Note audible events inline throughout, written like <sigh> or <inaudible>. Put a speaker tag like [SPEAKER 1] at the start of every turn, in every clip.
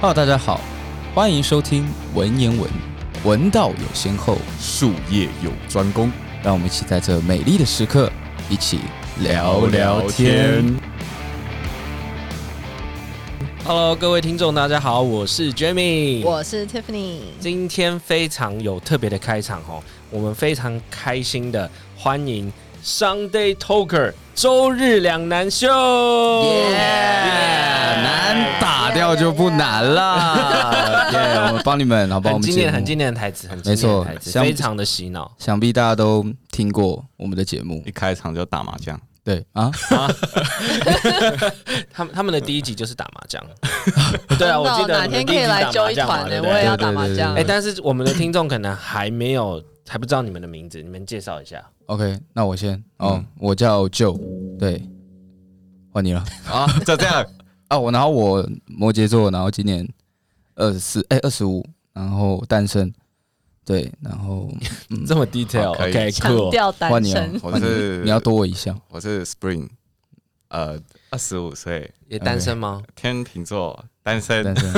[SPEAKER 1] Hello，大家好，欢迎收听文言文，文道有先后，
[SPEAKER 2] 术业有专攻，
[SPEAKER 1] 让我们一起在这美丽的时刻一起聊聊天。。
[SPEAKER 3] Hello，各位听众，大家好，我是 Jamie。
[SPEAKER 4] 我是 Tiffany，
[SPEAKER 3] 今天非常有特别的开场哦，我们非常开心的欢迎 Sunday Talker 周日两难秀。
[SPEAKER 1] Yeah，难打掉就不难啦。耶，我们帮你们，好不好？我
[SPEAKER 3] 很
[SPEAKER 1] 们
[SPEAKER 3] 经
[SPEAKER 1] 节
[SPEAKER 3] 典，
[SPEAKER 1] 目
[SPEAKER 3] 很经典的台词，很经典的台
[SPEAKER 1] 没错
[SPEAKER 3] 词，
[SPEAKER 1] 像
[SPEAKER 3] 非常的洗脑。
[SPEAKER 1] 想必大家都听过我们的节目
[SPEAKER 2] 一，开场就打麻将，
[SPEAKER 1] 对啊，
[SPEAKER 3] 他们他们的第一集就是打麻
[SPEAKER 4] <laughs>
[SPEAKER 3] 将，对啊，我记
[SPEAKER 4] 真
[SPEAKER 3] 得
[SPEAKER 4] 的
[SPEAKER 3] 我
[SPEAKER 4] 哪
[SPEAKER 3] 们
[SPEAKER 4] 天
[SPEAKER 3] 第
[SPEAKER 4] 可
[SPEAKER 3] 一
[SPEAKER 4] 以
[SPEAKER 3] 集
[SPEAKER 4] 来
[SPEAKER 3] 打
[SPEAKER 4] 揪
[SPEAKER 3] 麻
[SPEAKER 4] 一
[SPEAKER 3] 将嘛
[SPEAKER 4] 团
[SPEAKER 3] 对
[SPEAKER 4] 呢？
[SPEAKER 3] 不
[SPEAKER 4] 我
[SPEAKER 3] 对
[SPEAKER 4] 也要打麻
[SPEAKER 1] 对对对
[SPEAKER 4] 将
[SPEAKER 3] 哎、。但是我们的听众可能还没有，还不知道你们的名字，你们介绍一下。
[SPEAKER 1] OK，那我先哦，
[SPEAKER 3] 嗯
[SPEAKER 1] 我叫 Joe，对，换你了
[SPEAKER 2] 啊，就这 <laughs> 样。
[SPEAKER 1] 啊。我然后我摩羯座，然后今年二十四，哎，二十五，然后单身，对，然后嗯
[SPEAKER 3] 这么 detail，
[SPEAKER 2] 好可以
[SPEAKER 3] OK，
[SPEAKER 4] 强
[SPEAKER 3] cool。
[SPEAKER 4] 调单
[SPEAKER 1] 换你啊了
[SPEAKER 4] 身，， <laughs>
[SPEAKER 2] 我
[SPEAKER 1] 换你了
[SPEAKER 2] 是
[SPEAKER 1] 你要多我一项，
[SPEAKER 2] 我是 Spring，呃，二十五岁，
[SPEAKER 3] 也单身吗？
[SPEAKER 2] 天秤座，单身
[SPEAKER 1] 单，身，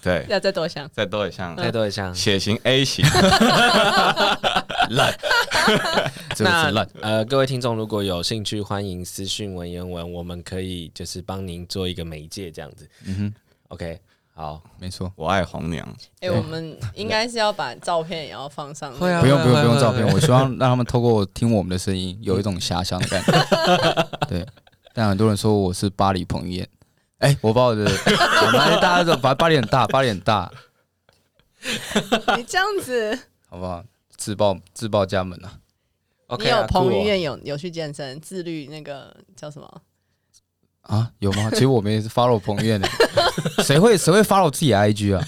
[SPEAKER 2] 对，
[SPEAKER 4] 要再多想。哎
[SPEAKER 2] 再多一
[SPEAKER 4] 嗯
[SPEAKER 2] 项，
[SPEAKER 3] 再多一项。
[SPEAKER 2] 血型 A 型，
[SPEAKER 1] 烂，这个
[SPEAKER 3] 那
[SPEAKER 1] 是烂，
[SPEAKER 3] 呃，各位听众如果有兴趣，欢迎私讯文言文，我们可以就是帮您做一个媒介这样子。
[SPEAKER 1] 嗯哼，
[SPEAKER 3] OK，好，
[SPEAKER 1] 没错。
[SPEAKER 2] 我爱红娘，
[SPEAKER 4] 哎，
[SPEAKER 1] 对
[SPEAKER 4] 我们应该是要把照片也要放上。
[SPEAKER 3] 会啊
[SPEAKER 1] 不用不用不用
[SPEAKER 3] 会
[SPEAKER 1] 照片，
[SPEAKER 3] 会
[SPEAKER 1] 我希望让他们透过听我们的声音，有一种遐想的感觉。对，但很多人说我是巴黎彭于晏，哎，我把我的， <laughs> 我们大家都把巴黎很大，巴黎很大，
[SPEAKER 4] 你这样子，
[SPEAKER 1] 好不好？自报自报家门啊！
[SPEAKER 3] OK，
[SPEAKER 4] 你有
[SPEAKER 3] 啊
[SPEAKER 4] 彭
[SPEAKER 3] cool
[SPEAKER 4] 于晏有有去健身、自律那个叫什么？
[SPEAKER 1] 啊，有吗？其 <laughs> 实我们也是 follow 彭于晏的， <laughs> 谁会谁会 follow 自己的 IG 啊？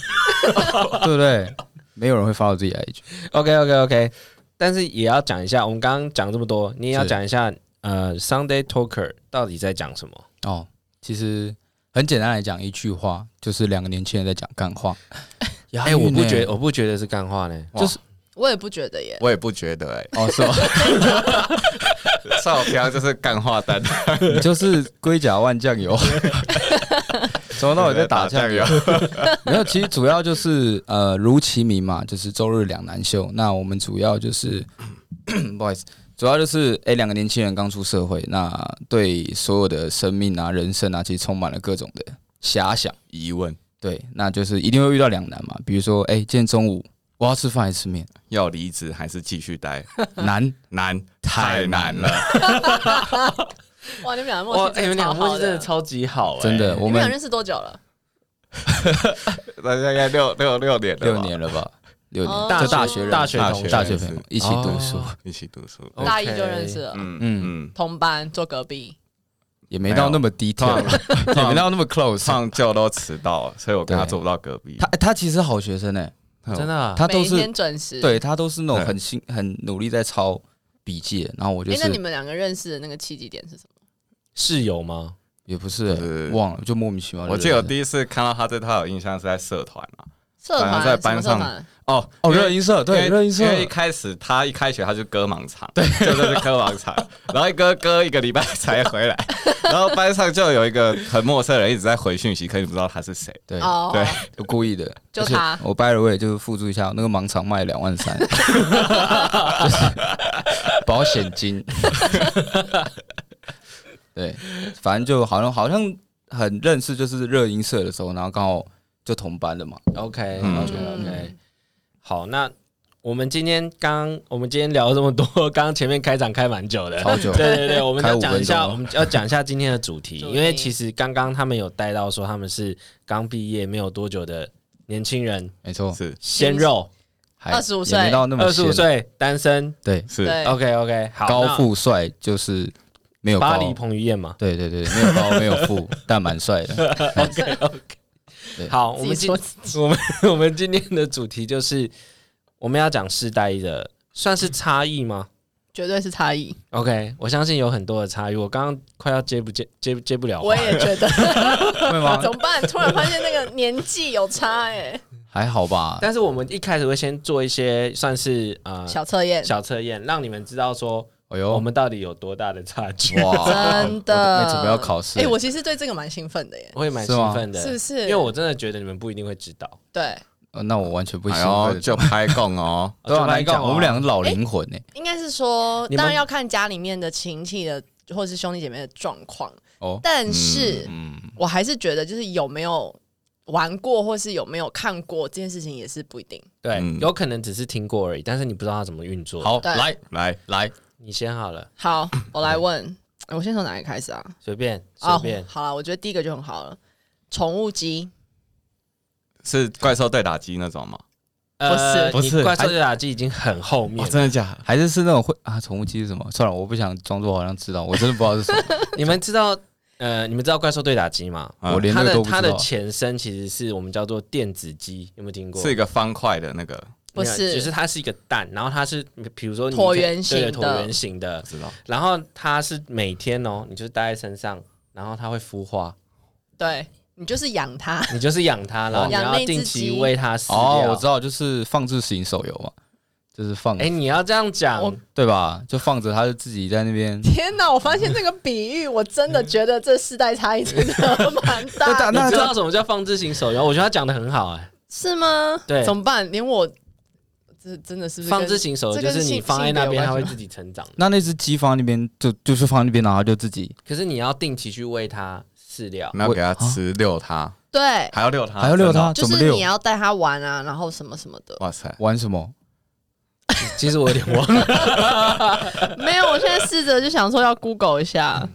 [SPEAKER 1] <laughs> 对不对？没有人会 follow 自己的 IG。
[SPEAKER 3] OK OK OK，但是也要讲一下，我们刚刚讲这么多，你也要
[SPEAKER 1] 是
[SPEAKER 3] 讲一下，呃，Sunday Talker 到底在讲什么？
[SPEAKER 1] 哦，其实很简单来讲，一句话就是两个年轻人在讲干话。
[SPEAKER 3] 哎、我不觉我不觉得是干话呢，
[SPEAKER 2] 哇
[SPEAKER 1] 就是
[SPEAKER 4] 我也不觉得耶。
[SPEAKER 2] 我也不觉得哎，
[SPEAKER 1] 哦，是吗？ <laughs>
[SPEAKER 2] 少飘就是干话单， <laughs>
[SPEAKER 1] 你就是龟甲万酱油， <laughs> 从头到尾在打
[SPEAKER 2] <laughs>
[SPEAKER 1] 酱油。 <laughs> 没有，其实主要就是呃，如其名嘛，就是周日两难秀。那我们主要就是， <clears throat> 不好意思，主要就是诶，两、个年轻人刚出社会，那对所有的生命啊、人生啊，其实充满了各种的遐想。
[SPEAKER 2] 疑问，
[SPEAKER 1] 对，那就是一定会遇到两难嘛，比如说，诶，今天中午我要吃饭还是吃面？
[SPEAKER 2] 要离职还是继续待？
[SPEAKER 1] 难，
[SPEAKER 2] 难，太难了。
[SPEAKER 4] 哇，你们俩的
[SPEAKER 3] 哇，
[SPEAKER 4] 默契
[SPEAKER 3] 哎、
[SPEAKER 4] 真
[SPEAKER 3] 你们
[SPEAKER 4] 的超
[SPEAKER 3] 俩默
[SPEAKER 4] 好
[SPEAKER 3] 契真的。超级好、哎
[SPEAKER 1] 真的，
[SPEAKER 4] 你
[SPEAKER 1] 我
[SPEAKER 4] 们俩
[SPEAKER 1] 们
[SPEAKER 4] 认识多久了？
[SPEAKER 2] 那大概六六六年了吧，
[SPEAKER 1] 六年了吧？六年，
[SPEAKER 4] 哦
[SPEAKER 1] 就
[SPEAKER 3] 大
[SPEAKER 1] 大
[SPEAKER 3] 学
[SPEAKER 1] 学
[SPEAKER 3] 大
[SPEAKER 1] 学
[SPEAKER 3] 学
[SPEAKER 2] 大
[SPEAKER 3] 同
[SPEAKER 2] 学
[SPEAKER 1] 大学
[SPEAKER 2] 认识
[SPEAKER 1] 朋友一起读书。
[SPEAKER 3] 哦
[SPEAKER 2] 一起读书，
[SPEAKER 3] OK
[SPEAKER 4] 大一就认识了，
[SPEAKER 2] 嗯
[SPEAKER 1] 嗯
[SPEAKER 2] 嗯嗯，
[SPEAKER 4] 同班坐隔壁。
[SPEAKER 1] 也没到那么 detail，
[SPEAKER 2] 没有
[SPEAKER 1] <laughs> 也没到那么 close。
[SPEAKER 2] 上教都迟到，所以我跟他
[SPEAKER 1] 对
[SPEAKER 2] 坐不到隔壁。
[SPEAKER 1] 他他其实好学生哎，
[SPEAKER 3] 真的、啊，
[SPEAKER 1] 他都
[SPEAKER 4] 每
[SPEAKER 1] 是
[SPEAKER 4] 天准时。
[SPEAKER 1] 对他都是那种
[SPEAKER 2] 对
[SPEAKER 1] 很辛很努力在抄笔记的，然后我就
[SPEAKER 4] 哎，那你
[SPEAKER 1] 是
[SPEAKER 4] 们两个认识的那个契机点是什么？
[SPEAKER 3] 室友吗？
[SPEAKER 1] 也不是
[SPEAKER 2] 对
[SPEAKER 1] 欸忘了，就莫名其妙就
[SPEAKER 2] 我
[SPEAKER 1] 认
[SPEAKER 2] 记
[SPEAKER 1] 识了。
[SPEAKER 2] 得我第一次看到他对他有印象是在社团啊，
[SPEAKER 4] 社
[SPEAKER 2] 反
[SPEAKER 4] 团
[SPEAKER 2] 而在班
[SPEAKER 4] 什么社
[SPEAKER 2] 上
[SPEAKER 4] 团
[SPEAKER 2] 哦
[SPEAKER 1] 哦热音社对热音社
[SPEAKER 2] 因为一开始他一开学他就歌盲场， <laughs> 对，就是歌盲
[SPEAKER 1] <laughs>
[SPEAKER 2] 场，然后一歌歌一个礼拜才回来，然后班上就有一个很陌生人一直在回讯息，可你不知道他是谁，
[SPEAKER 1] 对
[SPEAKER 4] 哦，
[SPEAKER 2] 对，
[SPEAKER 1] 我故意的，
[SPEAKER 4] 就
[SPEAKER 1] 而且
[SPEAKER 4] 他
[SPEAKER 1] 我 by the way 就是附注一下，我那个盲场卖两万
[SPEAKER 4] <laughs>
[SPEAKER 1] 三，就是保险金。 <laughs> 对，反正就好像好像很认识，就是热音社的时候，然后刚好就同班了嘛。
[SPEAKER 3] OK，OK，OK。
[SPEAKER 2] 嗯
[SPEAKER 3] OK，好，那我们今天刚我们今天聊了这么多， <laughs> 刚刚前面开场开蛮久的，
[SPEAKER 1] 超久
[SPEAKER 3] 对
[SPEAKER 1] <laughs>
[SPEAKER 3] 对对，我们
[SPEAKER 1] 开
[SPEAKER 3] 要
[SPEAKER 1] 五
[SPEAKER 3] 讲一下，
[SPEAKER 1] 分钟
[SPEAKER 3] 我们要讲一下今天的主
[SPEAKER 4] <laughs>
[SPEAKER 3] 题，
[SPEAKER 4] 主题
[SPEAKER 3] 因为其实刚刚他们有带到说他们是刚毕业没有多久的年轻人，
[SPEAKER 1] 没错，
[SPEAKER 2] 是
[SPEAKER 3] 鲜肉，
[SPEAKER 1] 还
[SPEAKER 4] 25
[SPEAKER 1] 也没到那么
[SPEAKER 3] 二十五
[SPEAKER 1] 闲，
[SPEAKER 3] 岁，单身。
[SPEAKER 1] 对，
[SPEAKER 2] 是，
[SPEAKER 4] 对
[SPEAKER 3] OK OK，好，
[SPEAKER 1] 高富帅就是没有
[SPEAKER 3] 那巴
[SPEAKER 1] 高，
[SPEAKER 3] 黎彭于晏嘛。
[SPEAKER 1] 对对对，没有高没有富，但蛮帅的。
[SPEAKER 3] OK OK，
[SPEAKER 1] 对
[SPEAKER 3] 好， <laughs> 我
[SPEAKER 4] 自
[SPEAKER 3] 们
[SPEAKER 4] 己
[SPEAKER 3] 今
[SPEAKER 4] 说自
[SPEAKER 3] <laughs>
[SPEAKER 4] 己。
[SPEAKER 3] 我们我们今天的主题就是我们要讲世代的，算是差异吗？
[SPEAKER 4] 绝对是差异。
[SPEAKER 3] OK，我相信有很多的差异。我刚刚快要接不接接接不了话
[SPEAKER 4] 我也觉得，
[SPEAKER 1] <laughs> 会吗
[SPEAKER 4] <laughs> 怎？么办？突然发现那个年纪有差哎、
[SPEAKER 1] 还好吧，
[SPEAKER 3] 但是我们一开始会先做一些算是呃
[SPEAKER 4] 小测验，
[SPEAKER 3] 小测验，让你们知道说
[SPEAKER 1] 哎呦，
[SPEAKER 3] 我们到底有多大的差距？ <laughs>
[SPEAKER 1] 哇，
[SPEAKER 4] 真的
[SPEAKER 1] 我准备要考试
[SPEAKER 4] 哎，，我其实对这个蛮兴奋的耶，
[SPEAKER 3] 我也蛮
[SPEAKER 1] 是
[SPEAKER 3] 兴
[SPEAKER 1] 吗
[SPEAKER 3] 奋的，
[SPEAKER 4] 是不是
[SPEAKER 3] 因为我真的觉得你们不一定会知道。。
[SPEAKER 4] 对，
[SPEAKER 1] 呃那我完全不
[SPEAKER 2] 哎
[SPEAKER 1] 行
[SPEAKER 2] 呦，，就拍供哦
[SPEAKER 1] 对啊，
[SPEAKER 3] 就白
[SPEAKER 1] 难
[SPEAKER 3] 讲
[SPEAKER 1] 讲，
[SPEAKER 3] 哦
[SPEAKER 1] 我们两个老灵魂呢，欸
[SPEAKER 4] 应该是说，
[SPEAKER 3] 你们
[SPEAKER 4] 当然要看家里面的亲戚的或是兄弟姐妹的状况，
[SPEAKER 1] 哦，
[SPEAKER 4] 但 <laughs> 是
[SPEAKER 2] 嗯，嗯
[SPEAKER 4] 我还是觉得就是有没有玩过或是有没有看过这件事情也是不一定。
[SPEAKER 3] 对，
[SPEAKER 2] 嗯
[SPEAKER 3] 有可能只是听过而已，但是你不知道它怎么运作。，
[SPEAKER 1] 好，
[SPEAKER 4] 对
[SPEAKER 1] 来
[SPEAKER 2] 来，
[SPEAKER 1] 来，
[SPEAKER 3] 你先好了，
[SPEAKER 1] <laughs>
[SPEAKER 4] 好，我来问，哎我先从哪里开始啊？
[SPEAKER 3] 随便随
[SPEAKER 4] 啊，
[SPEAKER 3] 便。
[SPEAKER 4] 好了，我觉得第一个就很好了，宠物鸡。
[SPEAKER 2] 是怪兽对打机那种吗？
[SPEAKER 3] 呃，
[SPEAKER 2] 不是不是
[SPEAKER 3] 你怪兽对打机已经很后面
[SPEAKER 2] 哦，
[SPEAKER 3] 了，
[SPEAKER 2] 真的假的？
[SPEAKER 1] 还是是那种会啊，宠物鸡是什么？算了，我不想装作好像知道，我真的不知道是什 <laughs> 么，
[SPEAKER 3] 你们知道呃，你们知道怪兽对打机吗？
[SPEAKER 2] 啊
[SPEAKER 1] 我连
[SPEAKER 3] 它
[SPEAKER 1] 那个
[SPEAKER 3] 的
[SPEAKER 1] 都不
[SPEAKER 3] 它
[SPEAKER 1] 知
[SPEAKER 3] 的
[SPEAKER 1] 道。
[SPEAKER 3] 前身其实是我们叫做电子鸡，有没有听过？
[SPEAKER 2] 是一个方块的那个，
[SPEAKER 4] 不是
[SPEAKER 3] 没有只是它是一个蛋，然后它是比如说你
[SPEAKER 4] 椭圆形
[SPEAKER 3] 对
[SPEAKER 4] 的
[SPEAKER 3] 对椭圆形的
[SPEAKER 2] 不，知道
[SPEAKER 3] 然后它是每天哦，你就是待在身上，然后它会孵化，
[SPEAKER 4] 对你就是养它， <laughs>
[SPEAKER 3] 你就是养它，然后你
[SPEAKER 4] 哦养
[SPEAKER 3] 要
[SPEAKER 4] 那只
[SPEAKER 3] 定期
[SPEAKER 4] 鸡
[SPEAKER 3] 喂它饲
[SPEAKER 1] 哦，
[SPEAKER 3] 料。
[SPEAKER 1] 我知道，就是放置型手游嘛，就是放，
[SPEAKER 3] 哎、你要这样讲，
[SPEAKER 4] 我
[SPEAKER 1] 对吧？就放着，它就自己在那边。
[SPEAKER 4] 天哪！我发现这个比喻，我真的觉得这世代差异真的蛮
[SPEAKER 1] <laughs>
[SPEAKER 4] 大的，
[SPEAKER 3] 你知道什么叫放置型手游？我觉得他讲的很好哎、
[SPEAKER 4] 是吗？
[SPEAKER 3] 对
[SPEAKER 4] 怎么办？连我这真的是不是跟
[SPEAKER 3] 放置型手游
[SPEAKER 4] 这
[SPEAKER 3] 就
[SPEAKER 4] 跟
[SPEAKER 3] 是你
[SPEAKER 4] 性
[SPEAKER 3] 放在那
[SPEAKER 4] 性别
[SPEAKER 3] 边，
[SPEAKER 4] 有
[SPEAKER 3] 它会
[SPEAKER 4] 关系吗
[SPEAKER 3] 自己成长。
[SPEAKER 1] 那那只鸡放在那边，就就是放在那边，然后它就自己
[SPEAKER 3] 可是你要定期去喂它饲料
[SPEAKER 2] 你，要给它吃遛它，
[SPEAKER 4] 对，
[SPEAKER 2] 还要遛它，
[SPEAKER 1] 啊还要遛
[SPEAKER 2] 真的
[SPEAKER 1] 它，
[SPEAKER 2] 哦
[SPEAKER 1] 啊怎
[SPEAKER 4] 就
[SPEAKER 1] 么
[SPEAKER 4] 是
[SPEAKER 1] 遛
[SPEAKER 4] 你？要带它玩啊，然后什么什么的。
[SPEAKER 2] 哇塞，
[SPEAKER 1] 玩什么？
[SPEAKER 3] 其实我有点忘了。
[SPEAKER 4] 没有，我现在试着就想说要 Google 一
[SPEAKER 3] 嗯
[SPEAKER 4] 下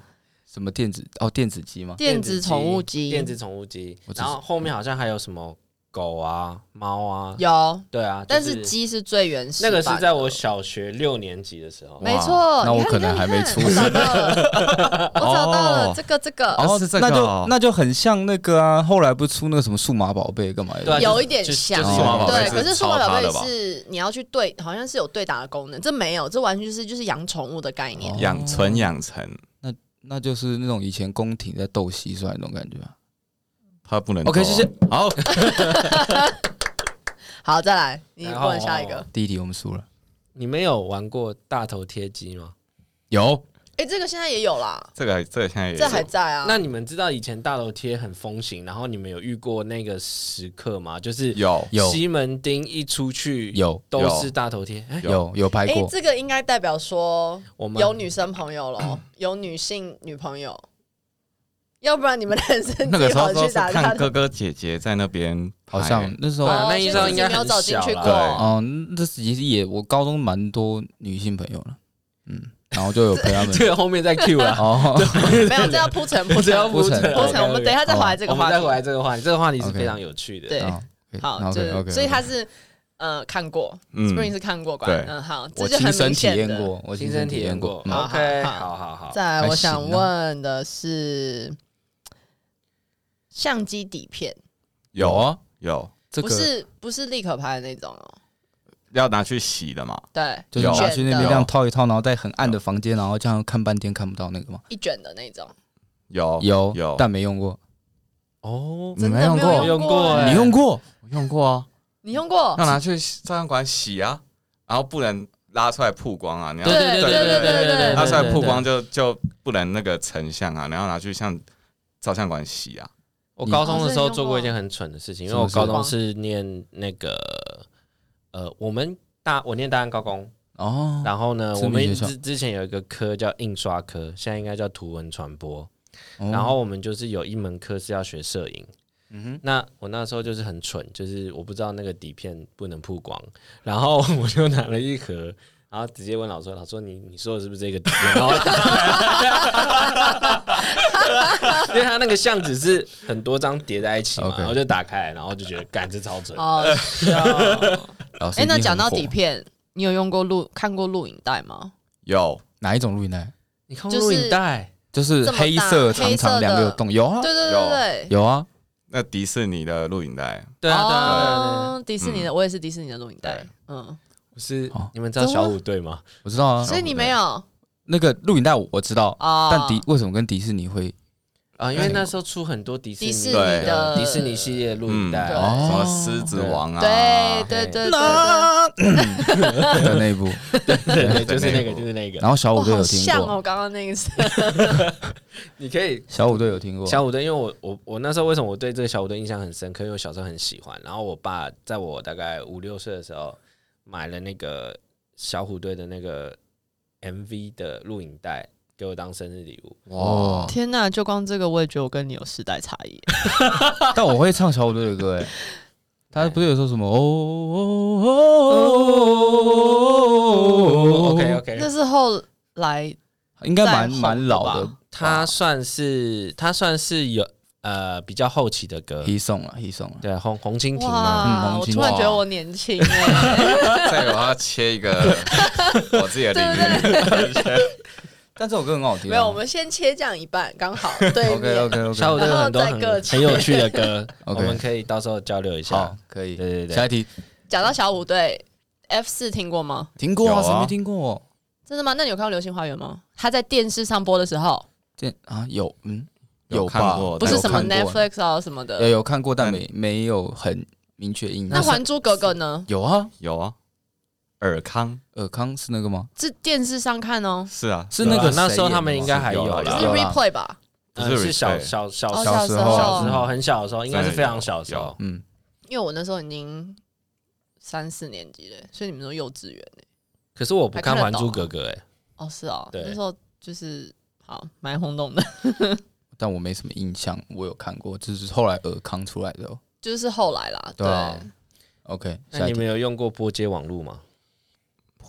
[SPEAKER 1] 什么电子？哦，电子鸡吗？
[SPEAKER 4] <laughs> 电子宠物机，
[SPEAKER 3] 电子宠物机
[SPEAKER 1] 我，只是
[SPEAKER 3] 然后后面好像还有什么狗啊、猫啊，
[SPEAKER 4] 有，
[SPEAKER 3] 对啊，就
[SPEAKER 4] 但是鸡是最原始
[SPEAKER 3] 那
[SPEAKER 4] 版的。
[SPEAKER 3] 个是在我小学六年级的时候。
[SPEAKER 4] 没错
[SPEAKER 1] 哇，那我
[SPEAKER 4] 你看
[SPEAKER 1] 可能
[SPEAKER 4] 你
[SPEAKER 1] 还
[SPEAKER 4] 看
[SPEAKER 1] 没出
[SPEAKER 4] 我找到了，我找到了
[SPEAKER 2] 哦
[SPEAKER 4] 这个这个，
[SPEAKER 2] 哦
[SPEAKER 1] 哦，
[SPEAKER 2] 是这个
[SPEAKER 1] 那
[SPEAKER 2] 哦
[SPEAKER 1] 就那就很像那个啊，后来不是出那个什么数码宝贝干嘛的？
[SPEAKER 3] 对啊
[SPEAKER 4] 有
[SPEAKER 3] 就是
[SPEAKER 4] 一点
[SPEAKER 3] 就是
[SPEAKER 4] 像，
[SPEAKER 2] 就是
[SPEAKER 1] 数码
[SPEAKER 3] 哦
[SPEAKER 1] 宝贝
[SPEAKER 4] 对，
[SPEAKER 2] 是
[SPEAKER 4] 可是数
[SPEAKER 2] 抄
[SPEAKER 4] 码宝
[SPEAKER 2] 它
[SPEAKER 4] 贝
[SPEAKER 2] 的吧
[SPEAKER 4] 是你要去对，好像是有对打的功能，这没有，这完全是就是养宠物的概念。
[SPEAKER 1] 哦
[SPEAKER 2] 养纯养成，
[SPEAKER 1] 那就是那种以前宫廷在斗蟋蟀那种感觉啊。
[SPEAKER 2] 它不能动哦。
[SPEAKER 1] OK，谢谢。
[SPEAKER 2] 好，
[SPEAKER 4] 好，再来，你
[SPEAKER 3] 然后
[SPEAKER 4] 问下一个。
[SPEAKER 1] 第一题我们输了，
[SPEAKER 3] 你没有玩过大头贴机吗？
[SPEAKER 1] 有
[SPEAKER 4] 哎，这个现在也有啦，
[SPEAKER 2] 这个这个现在也
[SPEAKER 4] 这
[SPEAKER 2] 有
[SPEAKER 4] 还在啊。
[SPEAKER 3] 那你们知道以前大头贴很风行，然后你们有遇过那个时刻吗？就是
[SPEAKER 2] 有
[SPEAKER 1] 有
[SPEAKER 3] 西门町一出去
[SPEAKER 1] 有
[SPEAKER 3] 都是大头贴，哎
[SPEAKER 1] 有有拍
[SPEAKER 4] 哎，
[SPEAKER 1] 过，
[SPEAKER 4] 这个应该代表说
[SPEAKER 3] 我们
[SPEAKER 4] 有女生朋友咯，有女性女朋友，要不然你们男生
[SPEAKER 2] 那个
[SPEAKER 4] 自己
[SPEAKER 2] 时候
[SPEAKER 4] 跑
[SPEAKER 2] 都
[SPEAKER 4] 去
[SPEAKER 2] 是
[SPEAKER 4] 打他
[SPEAKER 2] 看
[SPEAKER 4] 的。
[SPEAKER 2] 哥哥姐姐在那边拍，
[SPEAKER 1] 好像那时候
[SPEAKER 4] 哦
[SPEAKER 3] 对啊那一
[SPEAKER 4] 所以
[SPEAKER 3] 张
[SPEAKER 4] 你
[SPEAKER 3] 应该
[SPEAKER 4] 没有
[SPEAKER 3] 很
[SPEAKER 4] 走进
[SPEAKER 3] 小
[SPEAKER 4] 去
[SPEAKER 3] 啦
[SPEAKER 4] 过。
[SPEAKER 1] 哦，嗯这其实也我高中蛮多女性朋友了，嗯，然后就有陪他们
[SPEAKER 4] <laughs>
[SPEAKER 3] 这个后面再 Q 啦。
[SPEAKER 1] 哦，
[SPEAKER 4] 没有，这要铺陈
[SPEAKER 3] <laughs>
[SPEAKER 4] 铺
[SPEAKER 3] 不是
[SPEAKER 4] 陈
[SPEAKER 3] 要
[SPEAKER 1] 铺陈
[SPEAKER 4] 铺陈。
[SPEAKER 3] <laughs>
[SPEAKER 4] 我们等一下再回来这
[SPEAKER 3] 这
[SPEAKER 4] 个
[SPEAKER 3] 个话
[SPEAKER 4] 话
[SPEAKER 3] 题，再回来
[SPEAKER 4] 题。
[SPEAKER 3] 这个话题，这个话题是
[SPEAKER 1] OK
[SPEAKER 3] 非常有趣的。
[SPEAKER 4] 对好，
[SPEAKER 1] OK
[SPEAKER 4] 这
[SPEAKER 1] 哦 OK，
[SPEAKER 4] 所以他是呃看过，
[SPEAKER 2] 嗯
[SPEAKER 4] Spring 是看过，管
[SPEAKER 2] 对
[SPEAKER 4] 嗯好，这
[SPEAKER 1] 我
[SPEAKER 4] 就
[SPEAKER 1] 亲
[SPEAKER 4] 很
[SPEAKER 1] 身
[SPEAKER 4] 明
[SPEAKER 1] 体
[SPEAKER 4] 显
[SPEAKER 1] 验
[SPEAKER 4] 的。
[SPEAKER 1] 过，我
[SPEAKER 3] 亲
[SPEAKER 1] 亲
[SPEAKER 3] 身
[SPEAKER 1] 身
[SPEAKER 3] 体
[SPEAKER 1] 体
[SPEAKER 3] 验
[SPEAKER 1] 验
[SPEAKER 3] 过
[SPEAKER 1] 过。。嗯
[SPEAKER 4] 好
[SPEAKER 3] OK，
[SPEAKER 4] 好好
[SPEAKER 3] 好好好。
[SPEAKER 4] 再来，
[SPEAKER 1] 还
[SPEAKER 4] 我想
[SPEAKER 1] 行啊
[SPEAKER 4] 问的是相机底片，
[SPEAKER 2] 有
[SPEAKER 1] 啊，
[SPEAKER 2] 有
[SPEAKER 1] 这
[SPEAKER 4] 不
[SPEAKER 1] 个
[SPEAKER 4] 是不是立可拍的那种哦，
[SPEAKER 2] 要拿去洗的嘛？
[SPEAKER 4] 对，
[SPEAKER 1] 就是
[SPEAKER 2] 有
[SPEAKER 1] 拿去那边
[SPEAKER 4] 有
[SPEAKER 1] 这样套一套，然后在很暗的房间，然后这样看半天看不到那个吗？
[SPEAKER 4] 一卷的那种，
[SPEAKER 2] 有
[SPEAKER 1] 有
[SPEAKER 2] 哦有，
[SPEAKER 1] 但没用过。
[SPEAKER 3] 哦，
[SPEAKER 2] 你没用
[SPEAKER 4] 真的没
[SPEAKER 2] 过
[SPEAKER 4] 有
[SPEAKER 3] 我
[SPEAKER 4] 用
[SPEAKER 3] 用过
[SPEAKER 4] 哎
[SPEAKER 3] 欸
[SPEAKER 1] 你用过？
[SPEAKER 2] 我用过啊，
[SPEAKER 4] 你用过？
[SPEAKER 2] 要拿去照相馆洗啊，然后不能拉出来曝光啊，你要
[SPEAKER 4] 对对对对对对对
[SPEAKER 2] 拉出来曝光就就不能那个成像啊，你要拿去像照相馆洗啊。
[SPEAKER 3] 我高中的时候做过一件很蠢的事情，因为我
[SPEAKER 1] 什么事
[SPEAKER 3] 高中是念那个呃，我们大我念大安高工，
[SPEAKER 1] 哦，
[SPEAKER 3] 然后呢，
[SPEAKER 1] 知
[SPEAKER 3] 我
[SPEAKER 1] 名
[SPEAKER 3] 们
[SPEAKER 1] 学校
[SPEAKER 3] 之之前有一个科叫印刷科，现在应该叫图文传播。
[SPEAKER 1] 哦嗯
[SPEAKER 3] 然后我们就是有一门课是要学摄影。那我那时候就是很蠢，就是我不知道那个底片不能曝光，然后我就拿了一盒，然后直接问老师，老师说你你说的是不是这个底片？然后我打 <laughs> 开，因为他那个相纸是很多张叠在一起嘛，
[SPEAKER 1] OK
[SPEAKER 3] 然后就打开来，然后就觉得干这超蠢。
[SPEAKER 4] 哦，
[SPEAKER 1] <laughs>
[SPEAKER 4] 是哦
[SPEAKER 1] 老师
[SPEAKER 4] 哎，
[SPEAKER 1] 一定
[SPEAKER 4] 那
[SPEAKER 1] 很
[SPEAKER 4] 讲到底
[SPEAKER 1] 火
[SPEAKER 4] 片，你有用过录看过录影带吗？
[SPEAKER 2] 有
[SPEAKER 1] 哪一种录影带？
[SPEAKER 3] 你看
[SPEAKER 4] 就是
[SPEAKER 3] 录影带，
[SPEAKER 1] 就是
[SPEAKER 4] 这么大
[SPEAKER 1] 黑色
[SPEAKER 4] 黑
[SPEAKER 1] 长
[SPEAKER 4] 色的
[SPEAKER 1] 长两个有洞，有啊
[SPEAKER 4] 对对对
[SPEAKER 2] 有
[SPEAKER 4] 对对，
[SPEAKER 1] 有啊，
[SPEAKER 2] 那迪士尼的录影带，
[SPEAKER 3] 对啊对啊对啊对啊，
[SPEAKER 4] 哦，迪士
[SPEAKER 1] 嗯
[SPEAKER 4] 尼的，我也是迪士尼的录影带
[SPEAKER 2] 对，
[SPEAKER 4] 嗯，
[SPEAKER 3] 我是
[SPEAKER 1] 哦
[SPEAKER 3] 你们知道小虎队吗？
[SPEAKER 1] 我知道啊。
[SPEAKER 4] 所以你没有
[SPEAKER 1] 那个录影带我我知道，
[SPEAKER 4] 哦，
[SPEAKER 1] 但迪为什么跟迪士尼会
[SPEAKER 3] 啊，因为那时候出很多迪士尼
[SPEAKER 4] 迪士尼
[SPEAKER 2] 对
[SPEAKER 4] 的
[SPEAKER 3] 迪士尼系列录影带，啊
[SPEAKER 4] 对
[SPEAKER 2] 嗯什么
[SPEAKER 1] 哦
[SPEAKER 2] 狮子王啊，
[SPEAKER 4] 对对对对对，
[SPEAKER 1] 的那一部，
[SPEAKER 3] 对对，就是那
[SPEAKER 2] 那
[SPEAKER 3] 个，
[SPEAKER 2] 个
[SPEAKER 3] 就是那个。
[SPEAKER 1] 然后小
[SPEAKER 4] 哇，
[SPEAKER 1] 虎队
[SPEAKER 4] 好
[SPEAKER 1] 有听
[SPEAKER 4] 像
[SPEAKER 1] 过，
[SPEAKER 4] 哦，刚刚那个是
[SPEAKER 3] 你可以
[SPEAKER 1] 小虎队有听过，
[SPEAKER 3] 小虎队，因为我我我那时候为什么我对这个小虎队印象很深刻？因为我小时候很喜欢，然后我爸在我大概五六岁的时候买了那个小虎队的那个 MV 的录影带给我当生日礼物。
[SPEAKER 1] 哦，
[SPEAKER 4] 天哪！就光这个，我也觉得我跟你有时代差异。
[SPEAKER 1] 但我会唱小虎队的歌，哎，他不是有说什么哦哦哦
[SPEAKER 3] ，OK
[SPEAKER 4] <laughs> 那
[SPEAKER 3] OK，
[SPEAKER 4] 是后来
[SPEAKER 1] 应该蛮
[SPEAKER 4] 再红
[SPEAKER 1] 蛮老的
[SPEAKER 4] 吧
[SPEAKER 3] 他算是他算是有呃比较后期的歌，
[SPEAKER 1] 黑送了黑送了，
[SPEAKER 3] 对啊红红蜻蜓嘛，
[SPEAKER 1] 嗯
[SPEAKER 4] 哇，
[SPEAKER 1] 红
[SPEAKER 4] 我
[SPEAKER 1] 蜻
[SPEAKER 4] 突然
[SPEAKER 2] 蜓
[SPEAKER 4] 觉得我
[SPEAKER 1] <laughs>
[SPEAKER 4] 年轻
[SPEAKER 1] 啊
[SPEAKER 4] 哎，
[SPEAKER 2] 再有我要切一个我自己的领域，
[SPEAKER 1] 但这首歌很好听啊，
[SPEAKER 4] 没有，我们先切这样一半，
[SPEAKER 1] <laughs>
[SPEAKER 4] 刚好对
[SPEAKER 1] OK
[SPEAKER 4] 面。
[SPEAKER 1] OK OK，
[SPEAKER 3] 小虎队有很多
[SPEAKER 4] 然后再各
[SPEAKER 3] 很
[SPEAKER 4] 取
[SPEAKER 3] 很有趣的歌，
[SPEAKER 1] <laughs>
[SPEAKER 3] 我
[SPEAKER 1] OK
[SPEAKER 3] 们可以到时候交流一下
[SPEAKER 1] 好。，可以，
[SPEAKER 3] 对对对
[SPEAKER 1] 下一题，
[SPEAKER 4] 讲到小虎队，F 四听过吗？
[SPEAKER 1] 听过
[SPEAKER 2] 有
[SPEAKER 1] 啊？
[SPEAKER 2] 啊
[SPEAKER 1] 谁没听过？
[SPEAKER 4] 真的吗？那你有看到《流星花园》吗？他在电视上播的时候，
[SPEAKER 1] 这啊有嗯
[SPEAKER 2] 看
[SPEAKER 1] 吧？
[SPEAKER 2] 过
[SPEAKER 4] 不是什么
[SPEAKER 1] 哦有看过
[SPEAKER 4] Netflix 啊什么
[SPEAKER 1] 有
[SPEAKER 4] 的。
[SPEAKER 1] 有看过，但没没有很明确印
[SPEAKER 4] 那
[SPEAKER 1] 象。
[SPEAKER 4] 《还珠格格》呢？
[SPEAKER 1] 有啊，
[SPEAKER 2] <laughs> 有啊，尔康
[SPEAKER 1] 尔康是那个吗？
[SPEAKER 4] 是电视上看哦，
[SPEAKER 2] 是啊，
[SPEAKER 1] 是那
[SPEAKER 3] 对
[SPEAKER 1] 个
[SPEAKER 3] 啊那
[SPEAKER 1] 谁
[SPEAKER 3] 时候
[SPEAKER 1] 演的
[SPEAKER 3] 他们
[SPEAKER 1] 吗
[SPEAKER 3] 应该还
[SPEAKER 2] 有
[SPEAKER 3] 有
[SPEAKER 2] 啦
[SPEAKER 4] 是
[SPEAKER 2] 有啦，
[SPEAKER 3] 啦
[SPEAKER 1] 啦
[SPEAKER 4] Replay 吧？
[SPEAKER 3] 呃
[SPEAKER 2] 不是
[SPEAKER 3] 是小
[SPEAKER 2] respect
[SPEAKER 3] 小小
[SPEAKER 4] 哦，
[SPEAKER 1] 小
[SPEAKER 3] 小
[SPEAKER 4] 小
[SPEAKER 1] 时
[SPEAKER 4] 时
[SPEAKER 1] 候
[SPEAKER 3] 小时
[SPEAKER 4] 候，
[SPEAKER 3] 候很小的时候，应该是非常小的时候。
[SPEAKER 1] 嗯，
[SPEAKER 4] 因为我那时候已经三四年级了，所以你们都幼稚园欸
[SPEAKER 3] 可是我不看《
[SPEAKER 4] 还
[SPEAKER 3] 还
[SPEAKER 4] 看得
[SPEAKER 3] 珠
[SPEAKER 4] 懂
[SPEAKER 3] 格格》哎，
[SPEAKER 4] 哦，是哦，
[SPEAKER 3] 对
[SPEAKER 4] 那时候就是好蛮轰动的，
[SPEAKER 1] 但我没什么印象，我有看过，就是后来尔康出来的哦。
[SPEAKER 4] 就是后来啦，
[SPEAKER 1] 对
[SPEAKER 4] 对，
[SPEAKER 1] 啊 OK，
[SPEAKER 3] 那
[SPEAKER 1] 下一
[SPEAKER 3] 你
[SPEAKER 1] 题
[SPEAKER 3] 们。有用过波接网路吗？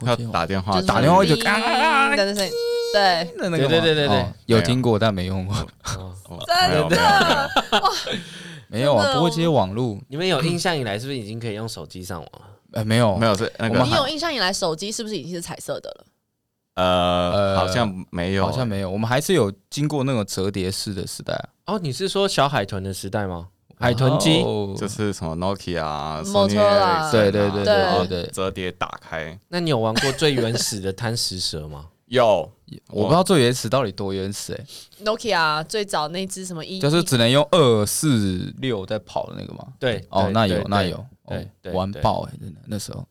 [SPEAKER 2] 要
[SPEAKER 1] 破解我
[SPEAKER 2] 打电话
[SPEAKER 4] 就是
[SPEAKER 1] 打电话一直
[SPEAKER 4] 叮
[SPEAKER 1] 啊啊啊
[SPEAKER 4] 的那声音，对，
[SPEAKER 1] 那那个
[SPEAKER 3] 对对
[SPEAKER 1] 吗
[SPEAKER 3] 对对对
[SPEAKER 1] 哦有听过但没用过，
[SPEAKER 3] 哦
[SPEAKER 2] 真的
[SPEAKER 1] 没有
[SPEAKER 4] 真
[SPEAKER 1] 啊，
[SPEAKER 4] 的哦
[SPEAKER 1] 波接网路，
[SPEAKER 3] <laughs> 你们有印象以来，是不是已经可以用手机上网啊了？
[SPEAKER 1] 呃，没有
[SPEAKER 2] 没有是那
[SPEAKER 1] 我
[SPEAKER 2] 个
[SPEAKER 1] 们
[SPEAKER 4] 你有印象以来手机是不是已经是彩色的了？
[SPEAKER 2] 呃
[SPEAKER 1] 呃
[SPEAKER 2] 好像没有，
[SPEAKER 1] 好像没有，我们还是有经过那种折叠式的时代啊，
[SPEAKER 3] 哦，你是说小海豚的时代吗？海豚机
[SPEAKER 1] 哦
[SPEAKER 2] 就是什么 Nokia 啊
[SPEAKER 4] Motorola
[SPEAKER 2] Sony Ericsson 啊
[SPEAKER 1] 对对对
[SPEAKER 4] 对
[SPEAKER 1] 对对对，
[SPEAKER 2] 折叠打开
[SPEAKER 3] 那你有玩过最原始的贪食蛇吗？
[SPEAKER 2] 有
[SPEAKER 1] 我不知道最原始到底多原始哎，
[SPEAKER 4] Nokia 最早那只什么一，
[SPEAKER 1] 就是
[SPEAKER 4] 一
[SPEAKER 1] 只能用二四六在跑的那个吗？
[SPEAKER 3] <laughs> 对，
[SPEAKER 1] 哦
[SPEAKER 3] 对，
[SPEAKER 1] 那
[SPEAKER 3] 对
[SPEAKER 1] 有那
[SPEAKER 3] 对
[SPEAKER 1] 有，
[SPEAKER 3] 对
[SPEAKER 1] 哦
[SPEAKER 3] 对，
[SPEAKER 1] 完
[SPEAKER 3] 对
[SPEAKER 1] 爆哎，真的那时
[SPEAKER 4] <laughs>
[SPEAKER 1] 候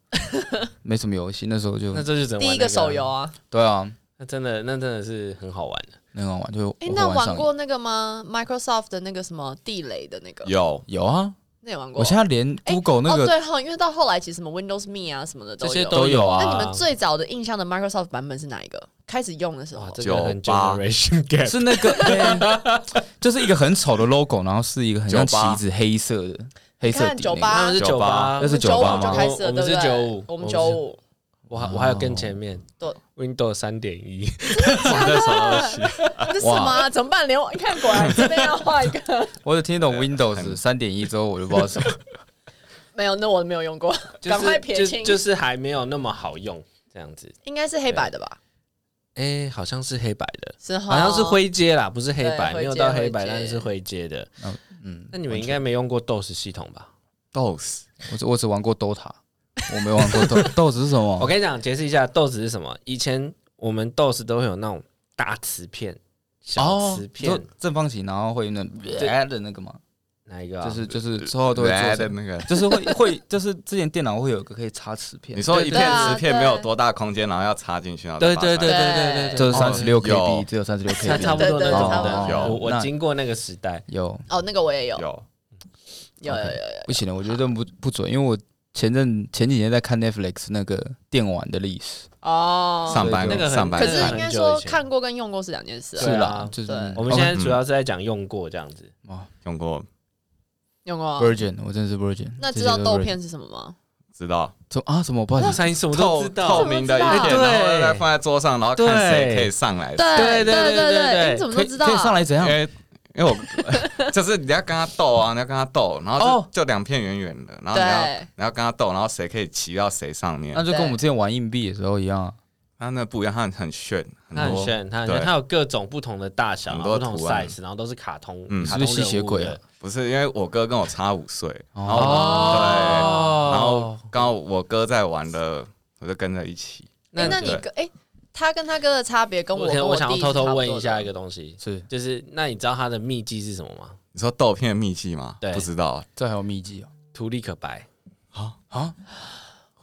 [SPEAKER 1] 没什么游戏，那时候就
[SPEAKER 3] 那这就只能玩
[SPEAKER 4] 第一
[SPEAKER 3] 那
[SPEAKER 4] 个
[SPEAKER 3] 啊
[SPEAKER 4] 手游，啊。
[SPEAKER 1] 对啊，
[SPEAKER 3] 那真的那真的是很好玩的。
[SPEAKER 1] 那个玩就
[SPEAKER 4] 哎、
[SPEAKER 1] 我
[SPEAKER 4] 那
[SPEAKER 1] 会
[SPEAKER 4] 玩
[SPEAKER 1] 上瘾
[SPEAKER 4] 过那个吗？Microsoft 的那个什么地雷的那个，
[SPEAKER 2] 有
[SPEAKER 1] 有啊，
[SPEAKER 4] 那也玩过。
[SPEAKER 1] 我现在连 Google 那
[SPEAKER 4] 哦，
[SPEAKER 1] 个
[SPEAKER 4] 对哈，因为到后来其实什么 Windows Me 啊什么的
[SPEAKER 3] 这
[SPEAKER 4] 都有。
[SPEAKER 3] 些
[SPEAKER 1] 都有啊
[SPEAKER 4] 那你们最早的印象的 Microsoft 版本是哪一个？开始用的时
[SPEAKER 3] 哇
[SPEAKER 4] 候，，
[SPEAKER 3] 这个很
[SPEAKER 2] 九八
[SPEAKER 3] generation gap。
[SPEAKER 1] 是那个，
[SPEAKER 4] <laughs>
[SPEAKER 1] 哎就是一个 <laughs> 很丑的 logo，然后是一个很像旗
[SPEAKER 2] 98
[SPEAKER 1] 子黑色的黑
[SPEAKER 4] 你
[SPEAKER 1] 色
[SPEAKER 4] 看
[SPEAKER 1] 底那
[SPEAKER 4] 九
[SPEAKER 1] 个
[SPEAKER 3] 他
[SPEAKER 4] 八
[SPEAKER 3] 们是，九八
[SPEAKER 1] 98那，是
[SPEAKER 4] 九
[SPEAKER 1] 98
[SPEAKER 4] 五
[SPEAKER 1] 吗
[SPEAKER 4] 就开始
[SPEAKER 3] 我
[SPEAKER 4] 了，
[SPEAKER 3] 们
[SPEAKER 4] 对
[SPEAKER 3] 是95
[SPEAKER 4] 不对？我们九五，哦
[SPEAKER 3] 我还我还有跟前面
[SPEAKER 4] 对
[SPEAKER 3] Windows 三点一，
[SPEAKER 2] 玩的什么东西？
[SPEAKER 1] 哦
[SPEAKER 4] 这是什么啊？怎么办？连我 <laughs> 你看，果然真的要画一
[SPEAKER 3] <laughs>
[SPEAKER 4] 个。
[SPEAKER 1] 我只听懂 Windows 三点一之后，我就不知道是什么。
[SPEAKER 4] 没有，那我没有用过，
[SPEAKER 3] 就是
[SPEAKER 4] <laughs> <laughs> 赶快撇清
[SPEAKER 3] 就就是还没有那么好用这样子。
[SPEAKER 4] 应该是黑白的吧？
[SPEAKER 3] 哎、好像是黑白的，
[SPEAKER 4] 是哈
[SPEAKER 3] 好像是灰阶啦，不是黑白，没
[SPEAKER 4] 哦对灰阶
[SPEAKER 3] 有到黑白，
[SPEAKER 4] 灰阶
[SPEAKER 3] 但是是灰阶的。
[SPEAKER 1] 嗯，
[SPEAKER 3] 那你们应该没用过 DOS 系统吧？
[SPEAKER 2] DOS
[SPEAKER 1] 我只我只玩过 Dota，我没玩过 Dota。Dota 是什么？
[SPEAKER 3] <laughs> 哦我跟你讲，解释一下 DOS 是什么。以前我们 DOS 都会有那种大磁片、小磁片，
[SPEAKER 1] 哦就正方形，然后会那呃的那个嘛，
[SPEAKER 3] 哪一个、啊？
[SPEAKER 1] 就是就是之后都会做
[SPEAKER 2] 来的
[SPEAKER 1] 成，
[SPEAKER 2] 那个。
[SPEAKER 1] <laughs> 就是会会就是之前电脑会有个可以插磁片
[SPEAKER 2] 你，说一片
[SPEAKER 4] 对啊
[SPEAKER 2] 磁片没有多大空间，然后要插进去，然后再
[SPEAKER 3] 对
[SPEAKER 2] 拔
[SPEAKER 3] 对对
[SPEAKER 2] 出来
[SPEAKER 3] 对对对
[SPEAKER 4] 对
[SPEAKER 3] 对，
[SPEAKER 1] 就是三
[SPEAKER 3] 哦
[SPEAKER 1] 十六 KB，
[SPEAKER 2] 有
[SPEAKER 1] 只有三十六
[SPEAKER 3] 差
[SPEAKER 1] KB，
[SPEAKER 3] 差不多那
[SPEAKER 4] 对对对
[SPEAKER 3] 种哦
[SPEAKER 4] 差不
[SPEAKER 3] 的。
[SPEAKER 4] 多
[SPEAKER 1] 有
[SPEAKER 3] 我我
[SPEAKER 1] 那
[SPEAKER 3] 经过那个时代，
[SPEAKER 1] 有
[SPEAKER 4] 哦，那个我也有，
[SPEAKER 2] 有
[SPEAKER 4] 有有有
[SPEAKER 1] OK
[SPEAKER 4] 有。
[SPEAKER 1] 不行了，我觉得这不不准，因为我前阵前几年在看 Netflix 那个电玩的历史，
[SPEAKER 4] 哦，
[SPEAKER 2] 上班
[SPEAKER 1] 那
[SPEAKER 3] 个很
[SPEAKER 2] 上班
[SPEAKER 4] 可是
[SPEAKER 3] 那个
[SPEAKER 4] 应
[SPEAKER 3] 很
[SPEAKER 4] 该
[SPEAKER 3] 久
[SPEAKER 4] 说
[SPEAKER 3] 以前
[SPEAKER 4] 看过跟用过是两件事、啊。
[SPEAKER 1] 是
[SPEAKER 3] 对啊
[SPEAKER 1] 啦，就是
[SPEAKER 4] 对
[SPEAKER 3] 我们现在
[SPEAKER 1] OK，
[SPEAKER 3] 主要是在讲用过这样子。
[SPEAKER 1] 哇
[SPEAKER 2] 用过，
[SPEAKER 4] 用过、啊。
[SPEAKER 1] Virgin，我真的是 Virgin，
[SPEAKER 4] 那
[SPEAKER 1] 这
[SPEAKER 4] 知
[SPEAKER 1] 些
[SPEAKER 4] 道
[SPEAKER 1] 都是
[SPEAKER 4] 豆
[SPEAKER 1] Virgin
[SPEAKER 4] 片是什么吗？
[SPEAKER 2] 知道
[SPEAKER 1] 怎么啊？什么？不好意思，
[SPEAKER 3] 三什么都
[SPEAKER 2] 透
[SPEAKER 3] 知道，
[SPEAKER 2] 透明的一片，
[SPEAKER 4] 对
[SPEAKER 2] 然后再放在桌上，然后看
[SPEAKER 3] 对
[SPEAKER 2] 谁可以上来。
[SPEAKER 4] 对
[SPEAKER 3] 对对
[SPEAKER 4] 对
[SPEAKER 3] 对对对
[SPEAKER 4] 诶你怎么
[SPEAKER 1] 可
[SPEAKER 4] 都
[SPEAKER 1] 以
[SPEAKER 4] 知道、
[SPEAKER 1] 可以上
[SPEAKER 4] 啊？
[SPEAKER 1] 来怎
[SPEAKER 2] 因
[SPEAKER 1] 样？
[SPEAKER 2] 为因为
[SPEAKER 3] <laughs>
[SPEAKER 2] 我就是你要跟他斗啊，你要跟他斗，然后就、
[SPEAKER 1] 哦
[SPEAKER 2] 就两片远远的，然
[SPEAKER 3] 啊
[SPEAKER 2] 后你要
[SPEAKER 4] 对，哎
[SPEAKER 2] 你要跟他斗，然后谁可以骑到谁上面
[SPEAKER 3] 嗯
[SPEAKER 1] 那。就跟我们之前玩硬币的时候一样啊，
[SPEAKER 2] 他那不一样，他很很炫，
[SPEAKER 3] 它
[SPEAKER 2] 很
[SPEAKER 3] 很
[SPEAKER 2] 多
[SPEAKER 3] 炫，它很炫，
[SPEAKER 2] 对
[SPEAKER 3] 它有各种不同的大小，然
[SPEAKER 2] 很
[SPEAKER 3] 后
[SPEAKER 2] 多
[SPEAKER 3] 不同
[SPEAKER 2] 图案
[SPEAKER 3] size，然后都是卡通，
[SPEAKER 2] 嗯
[SPEAKER 3] 卡
[SPEAKER 1] 是
[SPEAKER 3] 通
[SPEAKER 1] 不是吸血鬼
[SPEAKER 3] 人
[SPEAKER 1] 啊
[SPEAKER 3] 物的？？
[SPEAKER 2] 不是因为我哥跟我差五岁，然后、
[SPEAKER 1] 哦
[SPEAKER 3] 哦
[SPEAKER 2] 哦对，然后刚好我哥在玩的，我就跟着一起。
[SPEAKER 4] 诶那
[SPEAKER 3] 那
[SPEAKER 4] 你
[SPEAKER 2] 对
[SPEAKER 4] 跟哎、他跟他哥的差别跟
[SPEAKER 3] 我
[SPEAKER 4] 我
[SPEAKER 3] 可
[SPEAKER 4] 跟
[SPEAKER 3] 能
[SPEAKER 4] 我
[SPEAKER 3] 想要
[SPEAKER 4] 弟
[SPEAKER 3] 偷偷
[SPEAKER 4] 是差不
[SPEAKER 3] 问
[SPEAKER 4] 多
[SPEAKER 3] 一下
[SPEAKER 4] 的
[SPEAKER 3] 一个东西，
[SPEAKER 1] 是
[SPEAKER 3] 就是那你知道他的秘籍是什么吗？
[SPEAKER 2] 你说豆片的秘籍吗？
[SPEAKER 3] 对
[SPEAKER 2] 不知道
[SPEAKER 1] 这还有秘籍哦。
[SPEAKER 3] 图利可白，
[SPEAKER 2] 啊啊？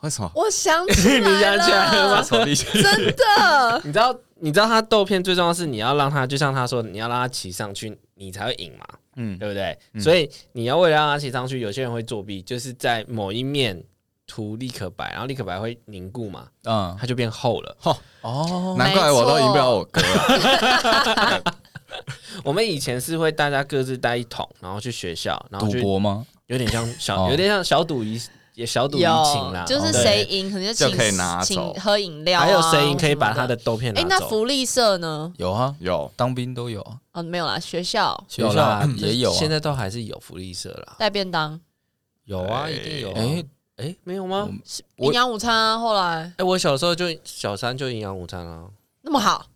[SPEAKER 2] 为什么？
[SPEAKER 4] 我想起来
[SPEAKER 3] <laughs> 你想起来了
[SPEAKER 2] 杀
[SPEAKER 3] 吗
[SPEAKER 4] 了，
[SPEAKER 2] 手利器
[SPEAKER 4] 真的，
[SPEAKER 3] <laughs> 你知道你知道他豆片最重要的是你要让他，就像他说，你要让他骑上去，你才会赢嘛，
[SPEAKER 2] 嗯，
[SPEAKER 3] 对不对？所以你要为了让他骑上去，有些人会作弊，就是在某一面涂立可白，然后立可白会凝固嘛，
[SPEAKER 1] 嗯，
[SPEAKER 3] 它就变厚了。
[SPEAKER 1] 哦，
[SPEAKER 2] 难怪我都赢不了我哥。啊
[SPEAKER 4] <laughs>
[SPEAKER 3] 我们以前是会大家各自带一桶，然后去学校，然后
[SPEAKER 1] 赌
[SPEAKER 3] 去
[SPEAKER 1] 博吗？
[SPEAKER 3] 有点像小，
[SPEAKER 1] 哦
[SPEAKER 3] 有点像小赌怡也小赌怡情
[SPEAKER 4] 有
[SPEAKER 3] 啦，哦
[SPEAKER 4] 就是
[SPEAKER 3] 对
[SPEAKER 4] 谁赢可能就
[SPEAKER 2] 就
[SPEAKER 4] 请
[SPEAKER 2] 可以拿
[SPEAKER 4] 请
[SPEAKER 2] 走
[SPEAKER 4] 喝饮料啊，
[SPEAKER 3] 还有谁赢可以
[SPEAKER 4] 什么
[SPEAKER 3] 把他的豆片
[SPEAKER 4] 哎、
[SPEAKER 3] 拿
[SPEAKER 4] 那
[SPEAKER 3] 走？
[SPEAKER 4] 福利社呢？
[SPEAKER 1] 有啊，
[SPEAKER 2] 有
[SPEAKER 1] 当兵都有啊，
[SPEAKER 4] 哦，没有啦，学校
[SPEAKER 1] 学校
[SPEAKER 3] 啦，
[SPEAKER 1] 也有啊。
[SPEAKER 3] 现在都还是有福利社
[SPEAKER 1] <clears throat>
[SPEAKER 3] 啦，
[SPEAKER 4] 带便当、
[SPEAKER 3] 有啊，
[SPEAKER 2] 哎
[SPEAKER 3] 一定有啊。
[SPEAKER 1] 哎
[SPEAKER 3] 哎，哎，没有吗？
[SPEAKER 1] 我
[SPEAKER 4] 营养午餐啊，后来
[SPEAKER 3] 哎，我小时候就小三就营养午餐啊，
[SPEAKER 4] 那么好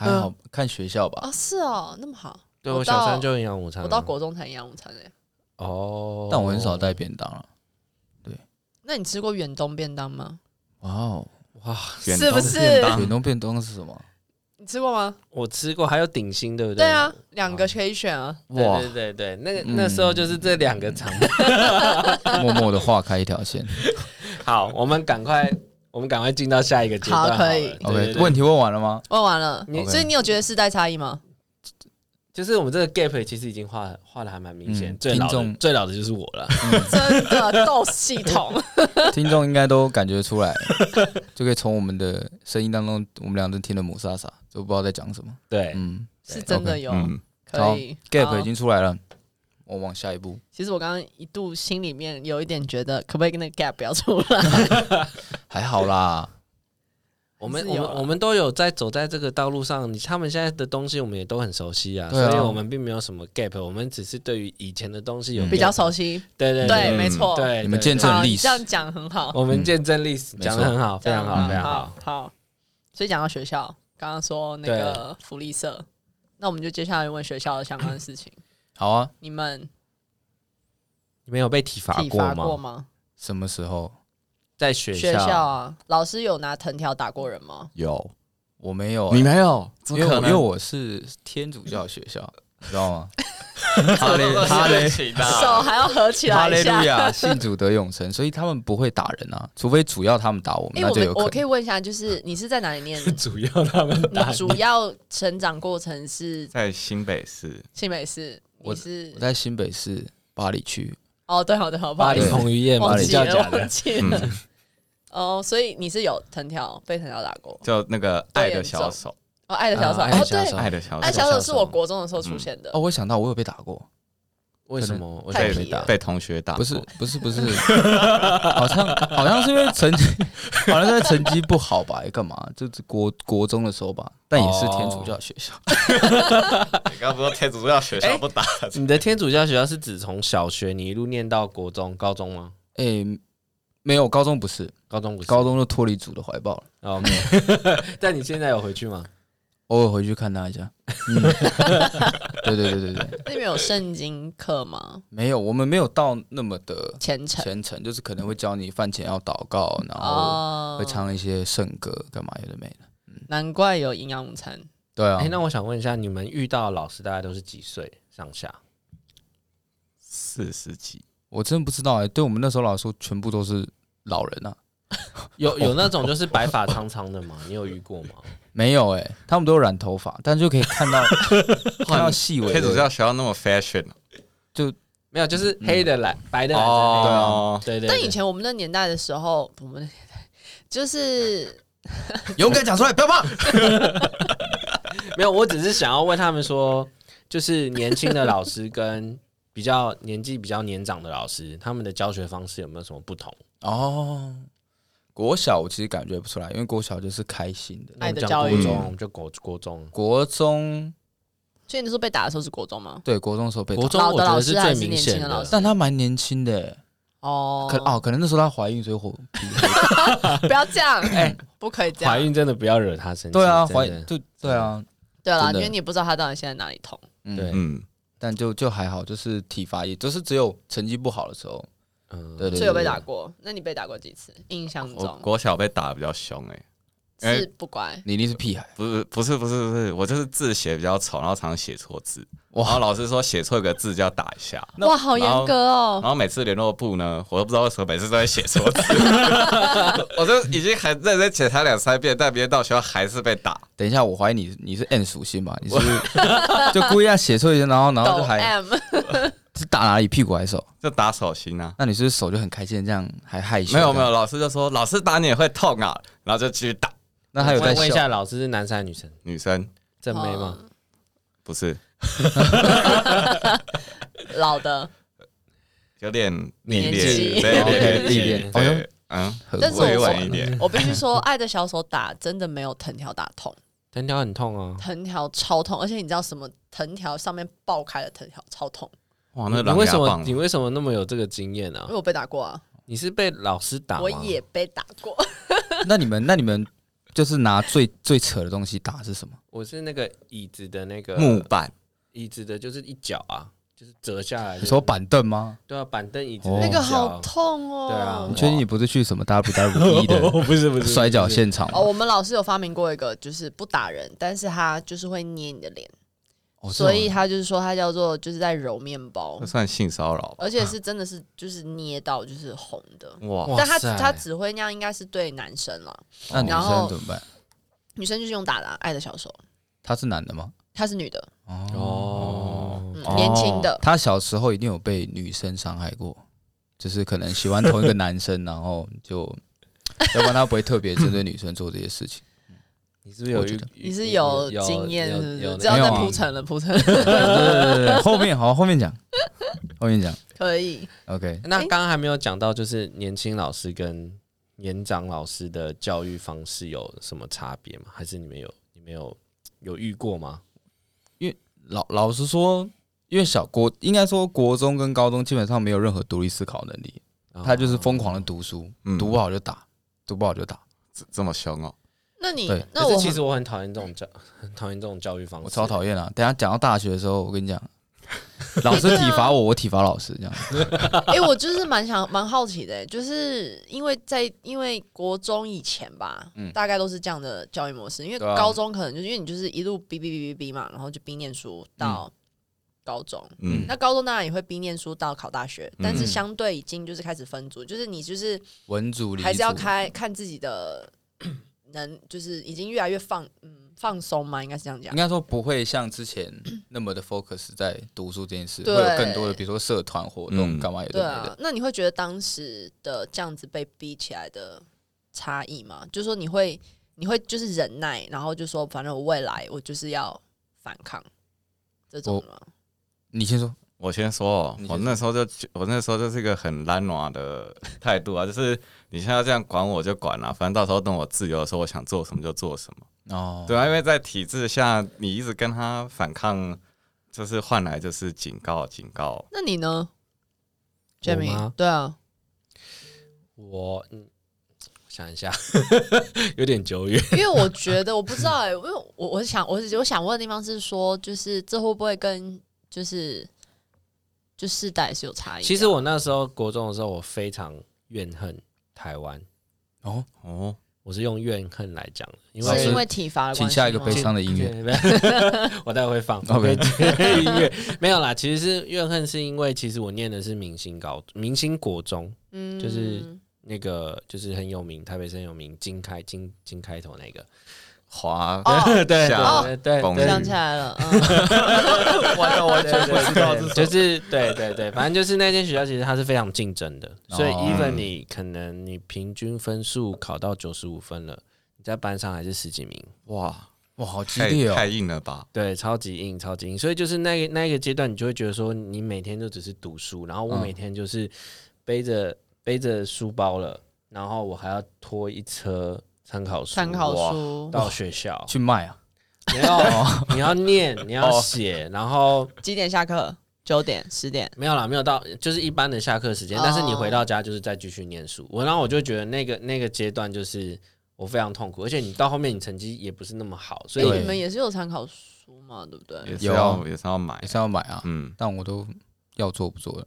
[SPEAKER 1] 还好看学校吧，
[SPEAKER 4] 哦，是哦，那么好。
[SPEAKER 3] 对
[SPEAKER 4] 我
[SPEAKER 3] 我小三
[SPEAKER 4] 到
[SPEAKER 3] 就营养午餐啊，
[SPEAKER 4] 我到国中才营养午餐哎、
[SPEAKER 3] 哦，
[SPEAKER 1] 但我很少带便当了。
[SPEAKER 4] 那你吃过远东便当吗？
[SPEAKER 1] 哇哦，
[SPEAKER 3] 哇，
[SPEAKER 2] 远
[SPEAKER 4] 是不
[SPEAKER 2] 东
[SPEAKER 4] 是
[SPEAKER 2] 便当
[SPEAKER 1] 远东便当是什么？
[SPEAKER 4] 你吃过吗？
[SPEAKER 3] 我吃过，还有顶心，对不
[SPEAKER 4] 对
[SPEAKER 3] 对
[SPEAKER 4] 啊，，两个可以选啊。
[SPEAKER 1] 哇
[SPEAKER 3] 对对对对，那个
[SPEAKER 1] 嗯
[SPEAKER 3] 那时候就是这两个场面。
[SPEAKER 1] 默默的划开一条线。
[SPEAKER 3] 好，我们赶快，我们赶快进到下一个阶段
[SPEAKER 4] 好
[SPEAKER 3] 好了。
[SPEAKER 4] 可以
[SPEAKER 3] 对对
[SPEAKER 1] OK，
[SPEAKER 3] 对
[SPEAKER 1] 问题问完了吗？
[SPEAKER 4] 问完了，
[SPEAKER 3] 你
[SPEAKER 1] OK
[SPEAKER 4] 所以你有觉得世代差异吗？
[SPEAKER 3] 就是我们这个 gap 其实已经画画的还蛮明显，
[SPEAKER 1] 嗯
[SPEAKER 3] 最
[SPEAKER 1] 听
[SPEAKER 3] 老的
[SPEAKER 1] 众
[SPEAKER 3] 最老的就是我
[SPEAKER 1] <laughs>
[SPEAKER 3] 了。
[SPEAKER 4] 真的斗系统，
[SPEAKER 1] 听众应该都感觉出来， <laughs> 就可以从我们的声音当中，我们俩都听了母沙沙，就不知道在讲什么。
[SPEAKER 3] 对，
[SPEAKER 1] 嗯
[SPEAKER 4] <laughs> 是真的
[SPEAKER 1] OK，
[SPEAKER 4] 有，
[SPEAKER 2] 嗯，
[SPEAKER 4] 可以。
[SPEAKER 1] ，gap
[SPEAKER 4] 好
[SPEAKER 1] 已经出来了，我往下一步。
[SPEAKER 4] 其实我刚刚一度心里面有一点觉得，可不可以跟那个 gap 不要出来？
[SPEAKER 1] 还好啦，
[SPEAKER 3] 我们
[SPEAKER 4] 是
[SPEAKER 3] 我
[SPEAKER 4] 有
[SPEAKER 3] 们
[SPEAKER 4] 啦
[SPEAKER 3] 我们都有在走在这个道路上，你他们现在的东西我们也都很熟悉啊，
[SPEAKER 1] 对啊
[SPEAKER 3] 所以我们并没有什么 gap，我们只是对于以前的东西有
[SPEAKER 1] 嗯
[SPEAKER 3] gap
[SPEAKER 4] 比较，熟悉，
[SPEAKER 3] 对对
[SPEAKER 4] 对，
[SPEAKER 2] 嗯
[SPEAKER 4] 没错，
[SPEAKER 3] 对，对
[SPEAKER 1] 你们见证
[SPEAKER 4] 好
[SPEAKER 1] 历
[SPEAKER 4] 你
[SPEAKER 1] 史
[SPEAKER 4] 这样讲很好，
[SPEAKER 3] 我们见证历史，
[SPEAKER 1] 嗯
[SPEAKER 3] 讲的很好，非常好，
[SPEAKER 1] 嗯
[SPEAKER 3] 非常好
[SPEAKER 4] 好。，好。所以讲到学校，刚刚说那个福利社，那我们就接下来问学校的相关事情。
[SPEAKER 1] 好啊，
[SPEAKER 4] 你们
[SPEAKER 3] 你们有被体罚
[SPEAKER 4] 体
[SPEAKER 3] 过
[SPEAKER 4] 罚过
[SPEAKER 3] 吗？
[SPEAKER 4] 吗？
[SPEAKER 1] 什么时候？
[SPEAKER 3] 在学
[SPEAKER 4] 学校啊，老师有拿藤条打过人吗？
[SPEAKER 2] 有
[SPEAKER 1] 我没有、
[SPEAKER 2] 你
[SPEAKER 1] 欸，
[SPEAKER 2] 没有？怎
[SPEAKER 1] 因
[SPEAKER 2] 么
[SPEAKER 1] 为我
[SPEAKER 2] 可
[SPEAKER 1] 因
[SPEAKER 2] 能
[SPEAKER 1] 为我是天主教学校，你知道吗？
[SPEAKER 2] 哈雷哈雷，
[SPEAKER 4] 手还要合起
[SPEAKER 1] 哈利
[SPEAKER 4] 来一
[SPEAKER 1] 路
[SPEAKER 4] 下。 <laughs>
[SPEAKER 1] 亚，信主得永生，所以他们不会打人啊，除非主要他们打我们，
[SPEAKER 4] 哎、
[SPEAKER 1] 那
[SPEAKER 4] 我
[SPEAKER 1] 就
[SPEAKER 4] 们
[SPEAKER 1] 有
[SPEAKER 4] 我
[SPEAKER 1] 可
[SPEAKER 4] 可
[SPEAKER 1] 能。
[SPEAKER 4] 以问一下，就是你是在哪里念？
[SPEAKER 3] <laughs> 主要他们
[SPEAKER 4] 你主要成长过程是
[SPEAKER 2] 在新北市，
[SPEAKER 4] 新北市，你
[SPEAKER 1] 我
[SPEAKER 4] 是
[SPEAKER 1] 我在新北市八里区，
[SPEAKER 4] 哦，对，好的，好，不好
[SPEAKER 3] 巴
[SPEAKER 4] 意
[SPEAKER 3] 黎
[SPEAKER 4] 思，
[SPEAKER 3] 彭于晏嘛，
[SPEAKER 1] 巴
[SPEAKER 4] 忘
[SPEAKER 1] 黎
[SPEAKER 3] 你
[SPEAKER 4] 记
[SPEAKER 3] 叫
[SPEAKER 4] 了，
[SPEAKER 3] 假
[SPEAKER 4] 忘
[SPEAKER 3] 的。
[SPEAKER 4] 记了。
[SPEAKER 2] 嗯，
[SPEAKER 4] 哦，所以你是有藤条被藤条打过？
[SPEAKER 2] 就那个爱的小
[SPEAKER 4] <laughs>
[SPEAKER 2] 手，
[SPEAKER 4] 哦，爱的小手，
[SPEAKER 3] 啊爱
[SPEAKER 4] 哦
[SPEAKER 3] 的，小
[SPEAKER 4] 对
[SPEAKER 3] 手，
[SPEAKER 2] 爱的小
[SPEAKER 4] 爱
[SPEAKER 2] 手，
[SPEAKER 4] 小手是我国中的时候出现的
[SPEAKER 1] 哦，。我想到我有被打过，
[SPEAKER 3] 为什么？为
[SPEAKER 4] 太
[SPEAKER 3] 什
[SPEAKER 2] 被
[SPEAKER 3] 么被
[SPEAKER 4] 皮了
[SPEAKER 3] 打？
[SPEAKER 2] 被同学打，
[SPEAKER 1] 不是不是不是，好像好像是因为成绩，好像是因为成绩不好吧，还干嘛？就是国国中的时候吧，但也是天主教学校，
[SPEAKER 2] 你哎刚不是说天主教学校不打，
[SPEAKER 3] 你的天主教学校是指从小学你一路念到国中、高中吗？
[SPEAKER 1] 哎、没有，高中不是，
[SPEAKER 3] 高中不是？
[SPEAKER 1] 高中就脱离主的怀抱了。
[SPEAKER 3] 哦，没有。 <laughs> 但你现在有回去吗？
[SPEAKER 1] 偶尔回去看他一下。嗯，对对对对对，
[SPEAKER 4] 那边有圣经课吗？
[SPEAKER 1] 没有，我们没有到那么的
[SPEAKER 4] 虔诚
[SPEAKER 1] 虔诚，就是可能会教你饭前要祷告，然后
[SPEAKER 4] 哦
[SPEAKER 1] 会，唱一些圣歌，干嘛有的没的。
[SPEAKER 4] 难怪有营养午餐。
[SPEAKER 1] 对啊
[SPEAKER 3] 哎、，那我想问一下，你们遇到的老师大概都是几岁上下？
[SPEAKER 2] 四十几，
[SPEAKER 1] 我真的不知道哎、对我们那时候来说，全部都是老人啊，
[SPEAKER 3] 有有那种就是白发苍苍的吗？你 <laughs> 有遇过吗？
[SPEAKER 1] 没有哎、他们都有染头发，但就可以看 <laughs> 到看到细微
[SPEAKER 2] 天主教
[SPEAKER 1] 的。
[SPEAKER 2] 学校那么 fashion，
[SPEAKER 3] 没有，就是黑的蓝、白的蓝色。
[SPEAKER 1] 对啊
[SPEAKER 3] 对对对。
[SPEAKER 4] 但以前我们那年代的时候，我们 <laughs> 就是
[SPEAKER 1] <laughs> 勇敢讲出来，不要怕。
[SPEAKER 3] 没有，我只是想要问他们说，就是年轻的老师跟比较年纪比较年长的老师，他们的教学方式有没有什么不同？
[SPEAKER 1] 哦，国小我其实感觉不出来，因为国小就是开心的。
[SPEAKER 4] 爱
[SPEAKER 3] 我
[SPEAKER 4] 的
[SPEAKER 3] 们
[SPEAKER 4] 教
[SPEAKER 3] 讲
[SPEAKER 4] 育
[SPEAKER 3] 国中，
[SPEAKER 2] 嗯
[SPEAKER 3] 我们就国国中。
[SPEAKER 1] 国中
[SPEAKER 4] 所以你说被打的时候是国中吗？
[SPEAKER 1] 对国中的时候被打
[SPEAKER 3] 国中
[SPEAKER 4] 老
[SPEAKER 3] 我
[SPEAKER 4] 的
[SPEAKER 3] 觉
[SPEAKER 4] 老
[SPEAKER 3] 得
[SPEAKER 4] 师还
[SPEAKER 3] 最
[SPEAKER 4] 是
[SPEAKER 3] 明
[SPEAKER 4] 年轻
[SPEAKER 3] 显
[SPEAKER 4] 的老师
[SPEAKER 1] 但她蛮年轻的欸，
[SPEAKER 4] 哦，
[SPEAKER 1] 可哦，可能那时候她怀孕，所以火。 <laughs>
[SPEAKER 4] 不要这样，
[SPEAKER 3] 哎
[SPEAKER 4] <coughs> 不可以这
[SPEAKER 3] 怀
[SPEAKER 4] 样。
[SPEAKER 3] 孕真的不要惹他生气。
[SPEAKER 1] 对啊，
[SPEAKER 3] 真
[SPEAKER 1] 怀
[SPEAKER 3] 的
[SPEAKER 1] 就对啊，
[SPEAKER 4] 对啦，
[SPEAKER 1] 真的
[SPEAKER 4] 因为你也不知道他到底现在哪里痛。
[SPEAKER 1] 嗯
[SPEAKER 3] 对
[SPEAKER 2] 嗯，
[SPEAKER 1] 但就就还好，就是体罚，也就是只有成绩不好的时候，
[SPEAKER 3] 嗯
[SPEAKER 1] 对对对
[SPEAKER 4] 所以有被打过，那你被打过几次？印象
[SPEAKER 2] 我
[SPEAKER 4] 中
[SPEAKER 2] 哦国小被打得比较凶哎，
[SPEAKER 4] 是不乖，
[SPEAKER 1] 你一定是屁孩，
[SPEAKER 2] 不是不是不是不是，我就是字写比较丑，然后常常写错字，然后老师说写错一个字就要打一下，
[SPEAKER 4] 哇，好严格
[SPEAKER 2] 然
[SPEAKER 4] 哦。
[SPEAKER 2] 后每次联络部呢，我都不知道为什么每次都在写错
[SPEAKER 4] <laughs>
[SPEAKER 2] 字，我就已经很认真写他两三遍，但别人到学校还是被打。
[SPEAKER 1] 等一下，我怀疑你你是 N 属性吧？你是不是就故意要写错一些，然后然后
[SPEAKER 4] 抖
[SPEAKER 1] 就
[SPEAKER 4] <laughs>
[SPEAKER 1] 还
[SPEAKER 4] M，
[SPEAKER 1] 是打哪里屁股还是手？
[SPEAKER 2] 就打手心啊。
[SPEAKER 1] 那你是不是手就很开心，这样还害羞？
[SPEAKER 2] 没有没有，，老师就说老师打你也会痛啊，然后就继续打。
[SPEAKER 1] 那还有在
[SPEAKER 3] 问问一
[SPEAKER 1] 笑？
[SPEAKER 3] 下老师是男生还是女生？
[SPEAKER 2] 女生
[SPEAKER 3] 正妹吗？
[SPEAKER 2] 不是
[SPEAKER 4] 老的，
[SPEAKER 2] 有点
[SPEAKER 4] 年
[SPEAKER 2] 历
[SPEAKER 4] 纪
[SPEAKER 2] 练，对，有点
[SPEAKER 1] 历
[SPEAKER 2] 历
[SPEAKER 1] 练
[SPEAKER 2] 练，
[SPEAKER 3] 哦
[SPEAKER 1] 哎呦
[SPEAKER 2] 对，嗯，
[SPEAKER 1] 很
[SPEAKER 4] 但是
[SPEAKER 2] 委
[SPEAKER 4] 我
[SPEAKER 2] 婉一点。
[SPEAKER 4] 我必须说，爱的小手打真的没有藤条打痛，
[SPEAKER 3] 藤条很痛啊！
[SPEAKER 4] 藤条超痛，而且你知道什么？藤条上面爆开的藤条超痛，
[SPEAKER 2] 哇，那
[SPEAKER 3] 你
[SPEAKER 2] 狼
[SPEAKER 3] 为
[SPEAKER 2] 牙
[SPEAKER 3] 什么
[SPEAKER 2] 棒啊
[SPEAKER 3] 你为什么那么有这个经验呢、
[SPEAKER 4] 因
[SPEAKER 3] 啊
[SPEAKER 4] 为？我被打过啊，
[SPEAKER 3] 你是被老师打吗？
[SPEAKER 4] 我也被打过，
[SPEAKER 1] 那你们那你们就是拿最最扯的东西打是什么？
[SPEAKER 3] 我是那个椅子的那个
[SPEAKER 2] 木板，
[SPEAKER 3] 椅子的，就是一角啊，就是折下来。
[SPEAKER 1] 你说板凳吗？
[SPEAKER 3] 对啊，板凳椅子
[SPEAKER 1] 哦
[SPEAKER 3] 的
[SPEAKER 4] 那
[SPEAKER 3] 一
[SPEAKER 4] 个
[SPEAKER 3] 角
[SPEAKER 4] 好痛
[SPEAKER 3] 对啊
[SPEAKER 4] 哦
[SPEAKER 1] 你。确定你不是去什么 W W E 的
[SPEAKER 3] 不是不是
[SPEAKER 1] 摔跤，现场吗？
[SPEAKER 4] 哦，我们老师有发明过一个，就是不打人，但是他就是会捏你的脸，
[SPEAKER 1] 哦
[SPEAKER 4] 所以
[SPEAKER 1] 这种
[SPEAKER 4] 他就是说他叫做就是在揉面包
[SPEAKER 2] 这，算性骚扰吧？
[SPEAKER 4] 而且是真的是就是捏到就是红的。
[SPEAKER 2] 哇，
[SPEAKER 3] 哇
[SPEAKER 4] 但他
[SPEAKER 3] 塞
[SPEAKER 4] 他只会那样，应该是对男生了，
[SPEAKER 1] 哦那女
[SPEAKER 4] 然后
[SPEAKER 1] 生怎么办？
[SPEAKER 4] 女生就是用打的啊、爱的小手，
[SPEAKER 1] 她是男的吗？
[SPEAKER 4] 她是女的，
[SPEAKER 3] 哦，
[SPEAKER 4] 嗯
[SPEAKER 1] 哦
[SPEAKER 4] 年轻的，
[SPEAKER 1] 她小时候一定有被女生伤害过，就是可能喜欢同一个男生，然后就，要不然她不会特别针对女生做这些事情。
[SPEAKER 3] 你是不是有
[SPEAKER 1] 我觉
[SPEAKER 3] 遇
[SPEAKER 1] 得？
[SPEAKER 4] 你是有经验
[SPEAKER 3] 有
[SPEAKER 4] 是不
[SPEAKER 3] 有那
[SPEAKER 4] 是？只要
[SPEAKER 1] 没
[SPEAKER 4] 再
[SPEAKER 1] 有啊
[SPEAKER 4] 铺陈了，铺陈
[SPEAKER 1] <laughs>
[SPEAKER 4] 了
[SPEAKER 1] <laughs> 对对对对，后面好，后面讲，后面讲
[SPEAKER 4] 可以。
[SPEAKER 1] ，OK。
[SPEAKER 3] 那刚刚还没有讲到，就是年轻老师跟年长老师的教育方式有什么差别吗？还是你们有你们有有遇过吗？
[SPEAKER 1] 老老实说，因为小国应该说国中跟高中基本上没有任何独立思考能力，
[SPEAKER 3] 哦
[SPEAKER 1] 他就是疯狂的读书，
[SPEAKER 2] 嗯
[SPEAKER 1] 读不
[SPEAKER 3] 啊
[SPEAKER 1] 好就打，读不好就打，
[SPEAKER 2] 这这么凶哦！
[SPEAKER 4] 那你
[SPEAKER 1] 对
[SPEAKER 4] 那
[SPEAKER 3] 可
[SPEAKER 4] 我
[SPEAKER 3] 是其实我很讨厌这种教，很讨厌这种教育方式。
[SPEAKER 1] 我超讨厌啊！等一下讲到大学的时候，我跟你讲， <laughs> 老师体罚我，我体罚老师，这样
[SPEAKER 4] 哎、我就是蛮想蛮好奇的、欸就是因为在因为国中以前吧，
[SPEAKER 2] 嗯
[SPEAKER 4] 大概都是这样的教育模式。因为
[SPEAKER 1] 对啊
[SPEAKER 4] 高中可能就是因为你就是一路逼逼逼逼逼嘛，然后就逼念书到高中。
[SPEAKER 2] 嗯，
[SPEAKER 4] 那高中当然也会逼念书到考大学，但是
[SPEAKER 1] 嗯
[SPEAKER 4] 相对已经就是开始分组，就是你就是
[SPEAKER 1] 文组理组
[SPEAKER 4] 还是要开看自己的 <clears throat> 能，就是已经越来越放嗯放松嘛，应该是这样讲
[SPEAKER 1] 应。该说不会像之
[SPEAKER 4] <clears throat>
[SPEAKER 1] 前那么的 focus 在读书这件事，会
[SPEAKER 4] 对
[SPEAKER 1] 有更多的，比如说社团活动
[SPEAKER 2] 嗯
[SPEAKER 1] 干嘛有
[SPEAKER 4] 对
[SPEAKER 1] 的没
[SPEAKER 4] 啊
[SPEAKER 1] 的，，
[SPEAKER 4] 那你会觉得当时的这样子被逼起来的差异吗？就是说你会你会就是忍耐，然后就说反正我未来我就是要反抗这种吗？
[SPEAKER 1] 你先说，
[SPEAKER 2] 我先说哦
[SPEAKER 1] 你，先
[SPEAKER 2] 我那时候就我那时候就是一个很懒惰
[SPEAKER 1] <laughs>
[SPEAKER 2] 的态度啊，就是你现在这样管我就管啊了、反正到时候等我自由的时候，我想做什么就做什么。
[SPEAKER 1] 哦，
[SPEAKER 2] 对啊，因为在体制下，你一直跟他反抗，就是换来就是警告、警告。
[SPEAKER 4] 那你呢
[SPEAKER 3] 我吗
[SPEAKER 4] ，Jamie？对啊，
[SPEAKER 3] 我嗯，我想一下， <laughs> 有点久远。
[SPEAKER 4] 因为我觉得我不知道哎、因为我我想我我想问的地方是说，就是这会不会跟就是就世代是有差异的？
[SPEAKER 3] 其实我那时候国中的时候，我非常怨恨台湾，
[SPEAKER 1] 哦，
[SPEAKER 2] 哦，
[SPEAKER 3] 我是用怨恨来讲的，因
[SPEAKER 1] 老
[SPEAKER 4] 是
[SPEAKER 1] 师
[SPEAKER 4] 因
[SPEAKER 3] 为
[SPEAKER 4] 为体罚的
[SPEAKER 1] 请
[SPEAKER 4] 关系
[SPEAKER 1] 下一个
[SPEAKER 4] 吗
[SPEAKER 1] 悲伤的音乐，
[SPEAKER 3] 乐，我待会会放
[SPEAKER 1] OK
[SPEAKER 3] 音乐没有啦。其实是怨恨，是因为其实我念的是明星高明星国中，
[SPEAKER 4] 嗯
[SPEAKER 3] 就是那个就是很有名，台北市很有名，金开金金开头那个，
[SPEAKER 2] 滑，哎
[SPEAKER 4] 哦，
[SPEAKER 3] 对对
[SPEAKER 2] 下
[SPEAKER 3] 对对
[SPEAKER 2] 风
[SPEAKER 3] <laughs> 对
[SPEAKER 4] 想起来了，嗯
[SPEAKER 2] 完了完
[SPEAKER 3] 对
[SPEAKER 2] 全不知道
[SPEAKER 3] 对
[SPEAKER 2] 这
[SPEAKER 3] 就是是对对对，反正就是那间学校其实它是非常竞争的，所以
[SPEAKER 1] 哦
[SPEAKER 3] even 你可能你平均分数考到九十五分了，你在班上还是十几名，
[SPEAKER 2] 哇，
[SPEAKER 1] 哇，好激
[SPEAKER 2] 太
[SPEAKER 1] 烈哦，
[SPEAKER 2] 太硬了吧？
[SPEAKER 3] 对，超级硬，超级硬。所以就是那个那一个阶段，你就会觉得说，你每天就只是读书，然后我
[SPEAKER 1] 嗯
[SPEAKER 3] 每天就是背着、背着书包了，然后我还要拖一车参考书，
[SPEAKER 4] 参考
[SPEAKER 2] 哇
[SPEAKER 4] 书
[SPEAKER 3] 到学校，
[SPEAKER 1] 去卖啊，
[SPEAKER 3] 没有，你要念，你要
[SPEAKER 1] 哦
[SPEAKER 3] 写，然后
[SPEAKER 4] 几点下课？九点、十点。
[SPEAKER 3] 没有啦，没有到就是一般的下课时间，
[SPEAKER 4] 哦
[SPEAKER 3] 但是你回到家就是再继续念书。我然后我就觉得那个那个阶段就是我非常痛苦，而且你到后面你成绩也不是那么好，所
[SPEAKER 4] 哎、
[SPEAKER 3] 以
[SPEAKER 1] 对
[SPEAKER 4] 你们也是有参考书嘛，对不对？
[SPEAKER 2] 也是
[SPEAKER 1] 有啊
[SPEAKER 2] 要也是要买
[SPEAKER 1] 也，是要买啊，
[SPEAKER 2] 嗯，
[SPEAKER 1] 但我都要做不做了，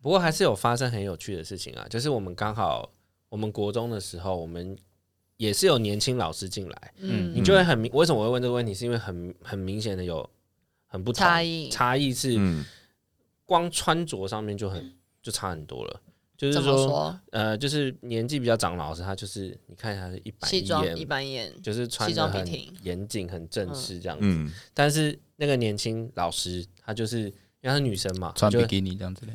[SPEAKER 3] 不过还是有发生很有趣的事情啊，就是我们刚好我们国中的时候，我们也是有年轻老师进来，
[SPEAKER 4] 嗯，
[SPEAKER 3] 你就会很明。为什么我会问这个问题？是因为很很明显的有很不同
[SPEAKER 4] 差异
[SPEAKER 3] 差异是
[SPEAKER 2] 嗯，
[SPEAKER 3] 光穿着上面就很就差很多了。就是
[SPEAKER 4] 怎么说？
[SPEAKER 3] 呃，就是年纪比较长的老师，他就是你看他是一板
[SPEAKER 4] 西装
[SPEAKER 3] 眼，
[SPEAKER 4] 一板眼，
[SPEAKER 3] 就是穿
[SPEAKER 4] 西
[SPEAKER 3] 的
[SPEAKER 4] 装笔
[SPEAKER 3] 很
[SPEAKER 4] 挺
[SPEAKER 3] 严谨、很正式这样子。
[SPEAKER 2] 嗯，
[SPEAKER 3] 但是那个年轻老师，她就是因为她是女生嘛，
[SPEAKER 1] 穿
[SPEAKER 3] 就
[SPEAKER 1] 比基尼这样子的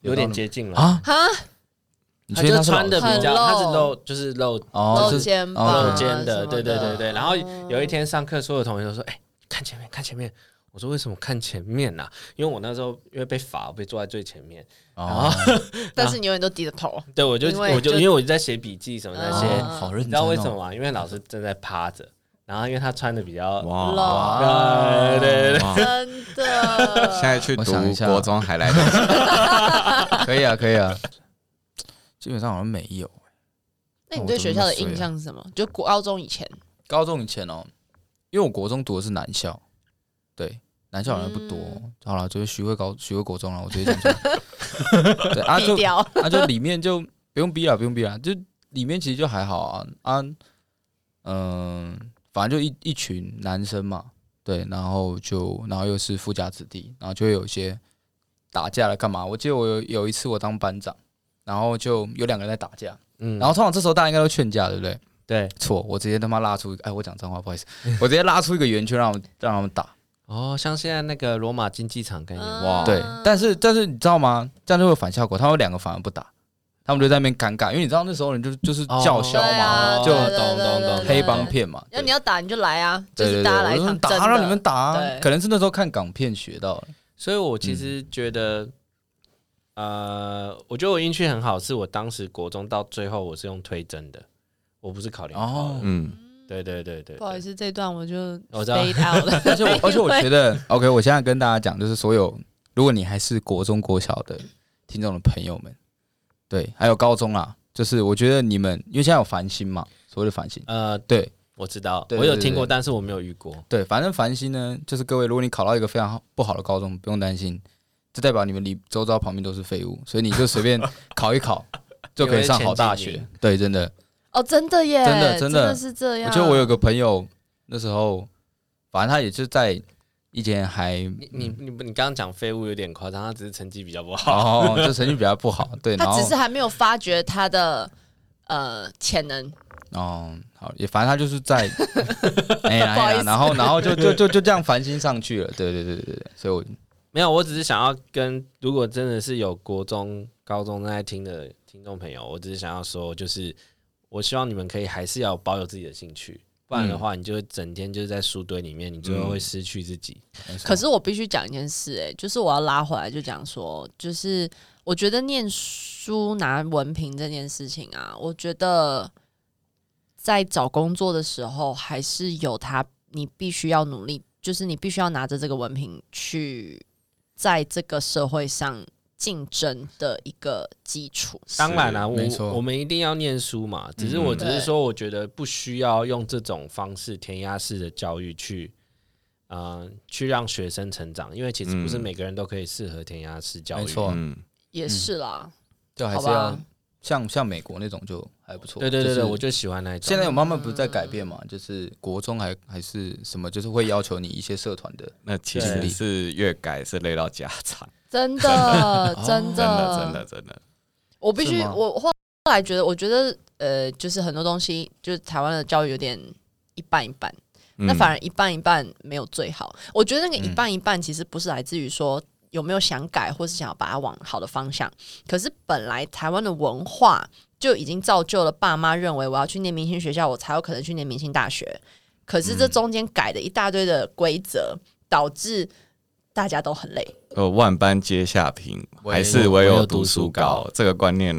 [SPEAKER 3] 有点接近了
[SPEAKER 1] 啊？
[SPEAKER 4] 哈，
[SPEAKER 1] 你
[SPEAKER 3] 她
[SPEAKER 1] 确定
[SPEAKER 3] 就
[SPEAKER 1] 他是老
[SPEAKER 3] 穿的
[SPEAKER 1] 师
[SPEAKER 3] 比较，
[SPEAKER 4] 很露
[SPEAKER 3] 她是露就是露
[SPEAKER 1] 哦，
[SPEAKER 4] 露
[SPEAKER 1] 就是
[SPEAKER 4] 肩
[SPEAKER 1] 哦
[SPEAKER 4] 膀，
[SPEAKER 3] 露肩的，对对对对。然后有一
[SPEAKER 4] 天。
[SPEAKER 3] 天上课，所有同学都说：“哎、看前面，看前面。”我说：“为什么看前面啊？因为我那时候因为被罚，我被坐在最前面。
[SPEAKER 1] 哦，
[SPEAKER 4] 但是你永远都低着头。
[SPEAKER 3] 对，我就
[SPEAKER 4] 因为
[SPEAKER 3] 我就
[SPEAKER 4] 就
[SPEAKER 3] 因为我就在写笔记什么那些，
[SPEAKER 1] 哦
[SPEAKER 4] 嗯
[SPEAKER 1] 好认
[SPEAKER 3] 你
[SPEAKER 1] 真，
[SPEAKER 3] 知道为什么？吗？因为老师正在趴着，然后因为他穿的比较
[SPEAKER 2] 嗯哇，
[SPEAKER 4] 哇
[SPEAKER 3] 对对对，
[SPEAKER 1] 啊
[SPEAKER 2] 哇
[SPEAKER 4] 真
[SPEAKER 2] 现
[SPEAKER 4] 的，
[SPEAKER 2] 在去
[SPEAKER 1] 我
[SPEAKER 2] 读
[SPEAKER 1] 想一下
[SPEAKER 2] 国中还来得
[SPEAKER 1] <laughs>
[SPEAKER 2] 及，
[SPEAKER 1] 可以啊，可以啊，基本上好像没有。
[SPEAKER 4] 那你对学校的印象是什么？就高中以前，
[SPEAKER 1] 高中以前哦，因为我国中读的是男校，对，男校好像不多。
[SPEAKER 4] 嗯
[SPEAKER 1] 好了，就是徐汇高、徐汇国中了，我直接讲出来。
[SPEAKER 4] <laughs>
[SPEAKER 1] 对啊，
[SPEAKER 4] 低
[SPEAKER 1] 就
[SPEAKER 4] 调，
[SPEAKER 1] 啊，就里面就不用逼了，不用逼了，就里面其实就还好啊啊，嗯、反正就一一群男生嘛，对，然后就然后又是富家子弟，然后就会有一些打架了干嘛？我记得我有有一次我当班长，然后就有两个人在打架，
[SPEAKER 3] 嗯，
[SPEAKER 1] 然
[SPEAKER 3] 后
[SPEAKER 1] 后通常这时候大家应该都劝架，对不对？
[SPEAKER 3] 对，
[SPEAKER 1] 错，我直接他妈拉出一个，哎，我讲脏话，不好意思，我直接拉出一个圆圈让他们让他们打，
[SPEAKER 3] 哦，像现在那个罗马竞技场概念，
[SPEAKER 4] 嗯
[SPEAKER 2] 哇
[SPEAKER 1] 对，
[SPEAKER 4] 哦
[SPEAKER 1] 但是但是你知道吗？这样就会有反效果，他们两个反而不打，他们就在那边尴尬，因为你知道那时候人就就是叫嚣
[SPEAKER 4] 对
[SPEAKER 1] 嘛，
[SPEAKER 4] 啊
[SPEAKER 1] 就
[SPEAKER 4] 对对
[SPEAKER 3] 哦懂懂
[SPEAKER 4] 对对
[SPEAKER 3] 懂
[SPEAKER 1] 黑帮
[SPEAKER 4] 对
[SPEAKER 1] 片嘛，
[SPEAKER 4] 那你要打你就来啊，就
[SPEAKER 1] 对对
[SPEAKER 4] 是
[SPEAKER 1] 对，
[SPEAKER 4] 大家
[SPEAKER 1] 我
[SPEAKER 4] 来一
[SPEAKER 1] 就说
[SPEAKER 4] 场，
[SPEAKER 1] 打啊让你们打啊
[SPEAKER 4] 对，
[SPEAKER 1] 可能是那时候看港片学到
[SPEAKER 4] <laughs>
[SPEAKER 1] 了，
[SPEAKER 3] 所以我其
[SPEAKER 1] 嗯
[SPEAKER 3] 实觉得，呃，我觉得我运气很好，是我当时国中到最后我是用推甄的，我不是考联考的。
[SPEAKER 1] 哦
[SPEAKER 2] 嗯，
[SPEAKER 3] 对对对对，
[SPEAKER 4] 不好意
[SPEAKER 3] 思，
[SPEAKER 4] 思，这段我就
[SPEAKER 3] 我知道
[SPEAKER 4] fade
[SPEAKER 1] <laughs>
[SPEAKER 4] out 了。
[SPEAKER 1] 而且我而且我觉得，OK，我现在跟大家讲，就是所有如果你还是国中国小的听众的朋友们，对，还有高中啦，就是我觉得你们因为现在有繁星嘛，所谓的繁星，
[SPEAKER 3] 呃，
[SPEAKER 1] 对。
[SPEAKER 3] 我知道，
[SPEAKER 1] 对
[SPEAKER 3] 我有
[SPEAKER 1] 对对
[SPEAKER 3] 听过，
[SPEAKER 1] 对
[SPEAKER 3] 但是我没有遇过。
[SPEAKER 1] 对，反正繁星呢，就是各位，如果你考到一个非常好不好的高中，不用担心，这代表你们离周遭旁边都是废物，所以你就随
[SPEAKER 3] <laughs>
[SPEAKER 1] 便考一考就可以上好大
[SPEAKER 3] 因为前
[SPEAKER 1] 学
[SPEAKER 3] 几。
[SPEAKER 1] 对，真的，
[SPEAKER 4] <laughs> 哦，真的耶，
[SPEAKER 1] 真的真
[SPEAKER 4] 真
[SPEAKER 1] 的
[SPEAKER 4] 是这
[SPEAKER 1] 我
[SPEAKER 4] 样。
[SPEAKER 1] 觉得我有个朋友那时候，反正他也是在一间还
[SPEAKER 3] 你你
[SPEAKER 1] 嗯
[SPEAKER 3] 你你刚刚讲废物有点夸张，他只是成绩比较不好。
[SPEAKER 1] 好，哦就成绩比较不好，对，然
[SPEAKER 4] 他
[SPEAKER 1] 后
[SPEAKER 4] 只是还没有发掘他的呃潜能，
[SPEAKER 1] 哦，好，也反正他就是
[SPEAKER 4] <laughs>
[SPEAKER 1] 在哎呀
[SPEAKER 4] 不好
[SPEAKER 1] 哎
[SPEAKER 4] 意
[SPEAKER 1] 呀，
[SPEAKER 4] 思
[SPEAKER 1] 然后然后就就就就这样繁星上去了，对对对对对，所以我
[SPEAKER 3] 没有，我只是想要跟，如果真的是有国中、高中正在听的听众朋友，我只是想要说，就是我希望你们可以还是要保有自己的兴趣，不
[SPEAKER 1] 嗯
[SPEAKER 3] 然的话，你就会整天就是在书堆里面，你最后会失去自己。
[SPEAKER 1] 没错
[SPEAKER 4] 可是我必须讲一件事、哎，就是我要拉回来，就讲说，就是我觉得念书拿文凭这件事情啊，我觉得在找工作的时候，还是有它，你必须要努力，就是你必须要拿着这个文凭去在这个社会上竞争的一个基础。
[SPEAKER 3] 当然啦、
[SPEAKER 1] 没错
[SPEAKER 3] 我我们一定要念书嘛。只是我只是说，我觉得不需要用这种方式填鸭式的教育去，呃，去让学生成长，因为其实不是
[SPEAKER 2] 嗯
[SPEAKER 3] 每个人都可以适合填鸭式教育。
[SPEAKER 1] 没错，
[SPEAKER 2] 嗯，
[SPEAKER 4] 也是啦，
[SPEAKER 1] 就还
[SPEAKER 4] 好
[SPEAKER 1] 是要
[SPEAKER 4] 吧，
[SPEAKER 1] 像像美国那种就还不错，
[SPEAKER 3] 对对对
[SPEAKER 1] 就
[SPEAKER 3] 对，
[SPEAKER 1] 是
[SPEAKER 3] 我就喜欢那一种。
[SPEAKER 1] 现在有慢慢不是在改变嘛，就是国中还还是什么，就是会要求你一些社团的，
[SPEAKER 2] 那其实
[SPEAKER 1] 对
[SPEAKER 2] 是越改是累到家常，
[SPEAKER 4] 真的，
[SPEAKER 2] 真的真的真的，
[SPEAKER 4] 我必须
[SPEAKER 1] 是，吗
[SPEAKER 4] 我后后来觉得，我觉得呃，就是很多东西，就是台湾的教育有点一半一半，那
[SPEAKER 2] 嗯
[SPEAKER 4] 反而一半一半没有最好。我觉得那
[SPEAKER 1] 嗯
[SPEAKER 4] 个一半一半其实不是来自于说有没有想改，或是想要把它往好的方向，可是本来台湾的文化就已经造就了爸妈认为我要去念明星学校，我才有可能去念明星大学。可是
[SPEAKER 1] 嗯
[SPEAKER 4] 这中间改的一大堆的规则，导致大家都很累，
[SPEAKER 2] 呃万般皆下品，
[SPEAKER 1] 唯
[SPEAKER 2] 还是唯
[SPEAKER 3] 唯
[SPEAKER 2] 有
[SPEAKER 3] 有
[SPEAKER 2] 读
[SPEAKER 3] 读书
[SPEAKER 2] 书
[SPEAKER 3] 高
[SPEAKER 2] 高，这个观念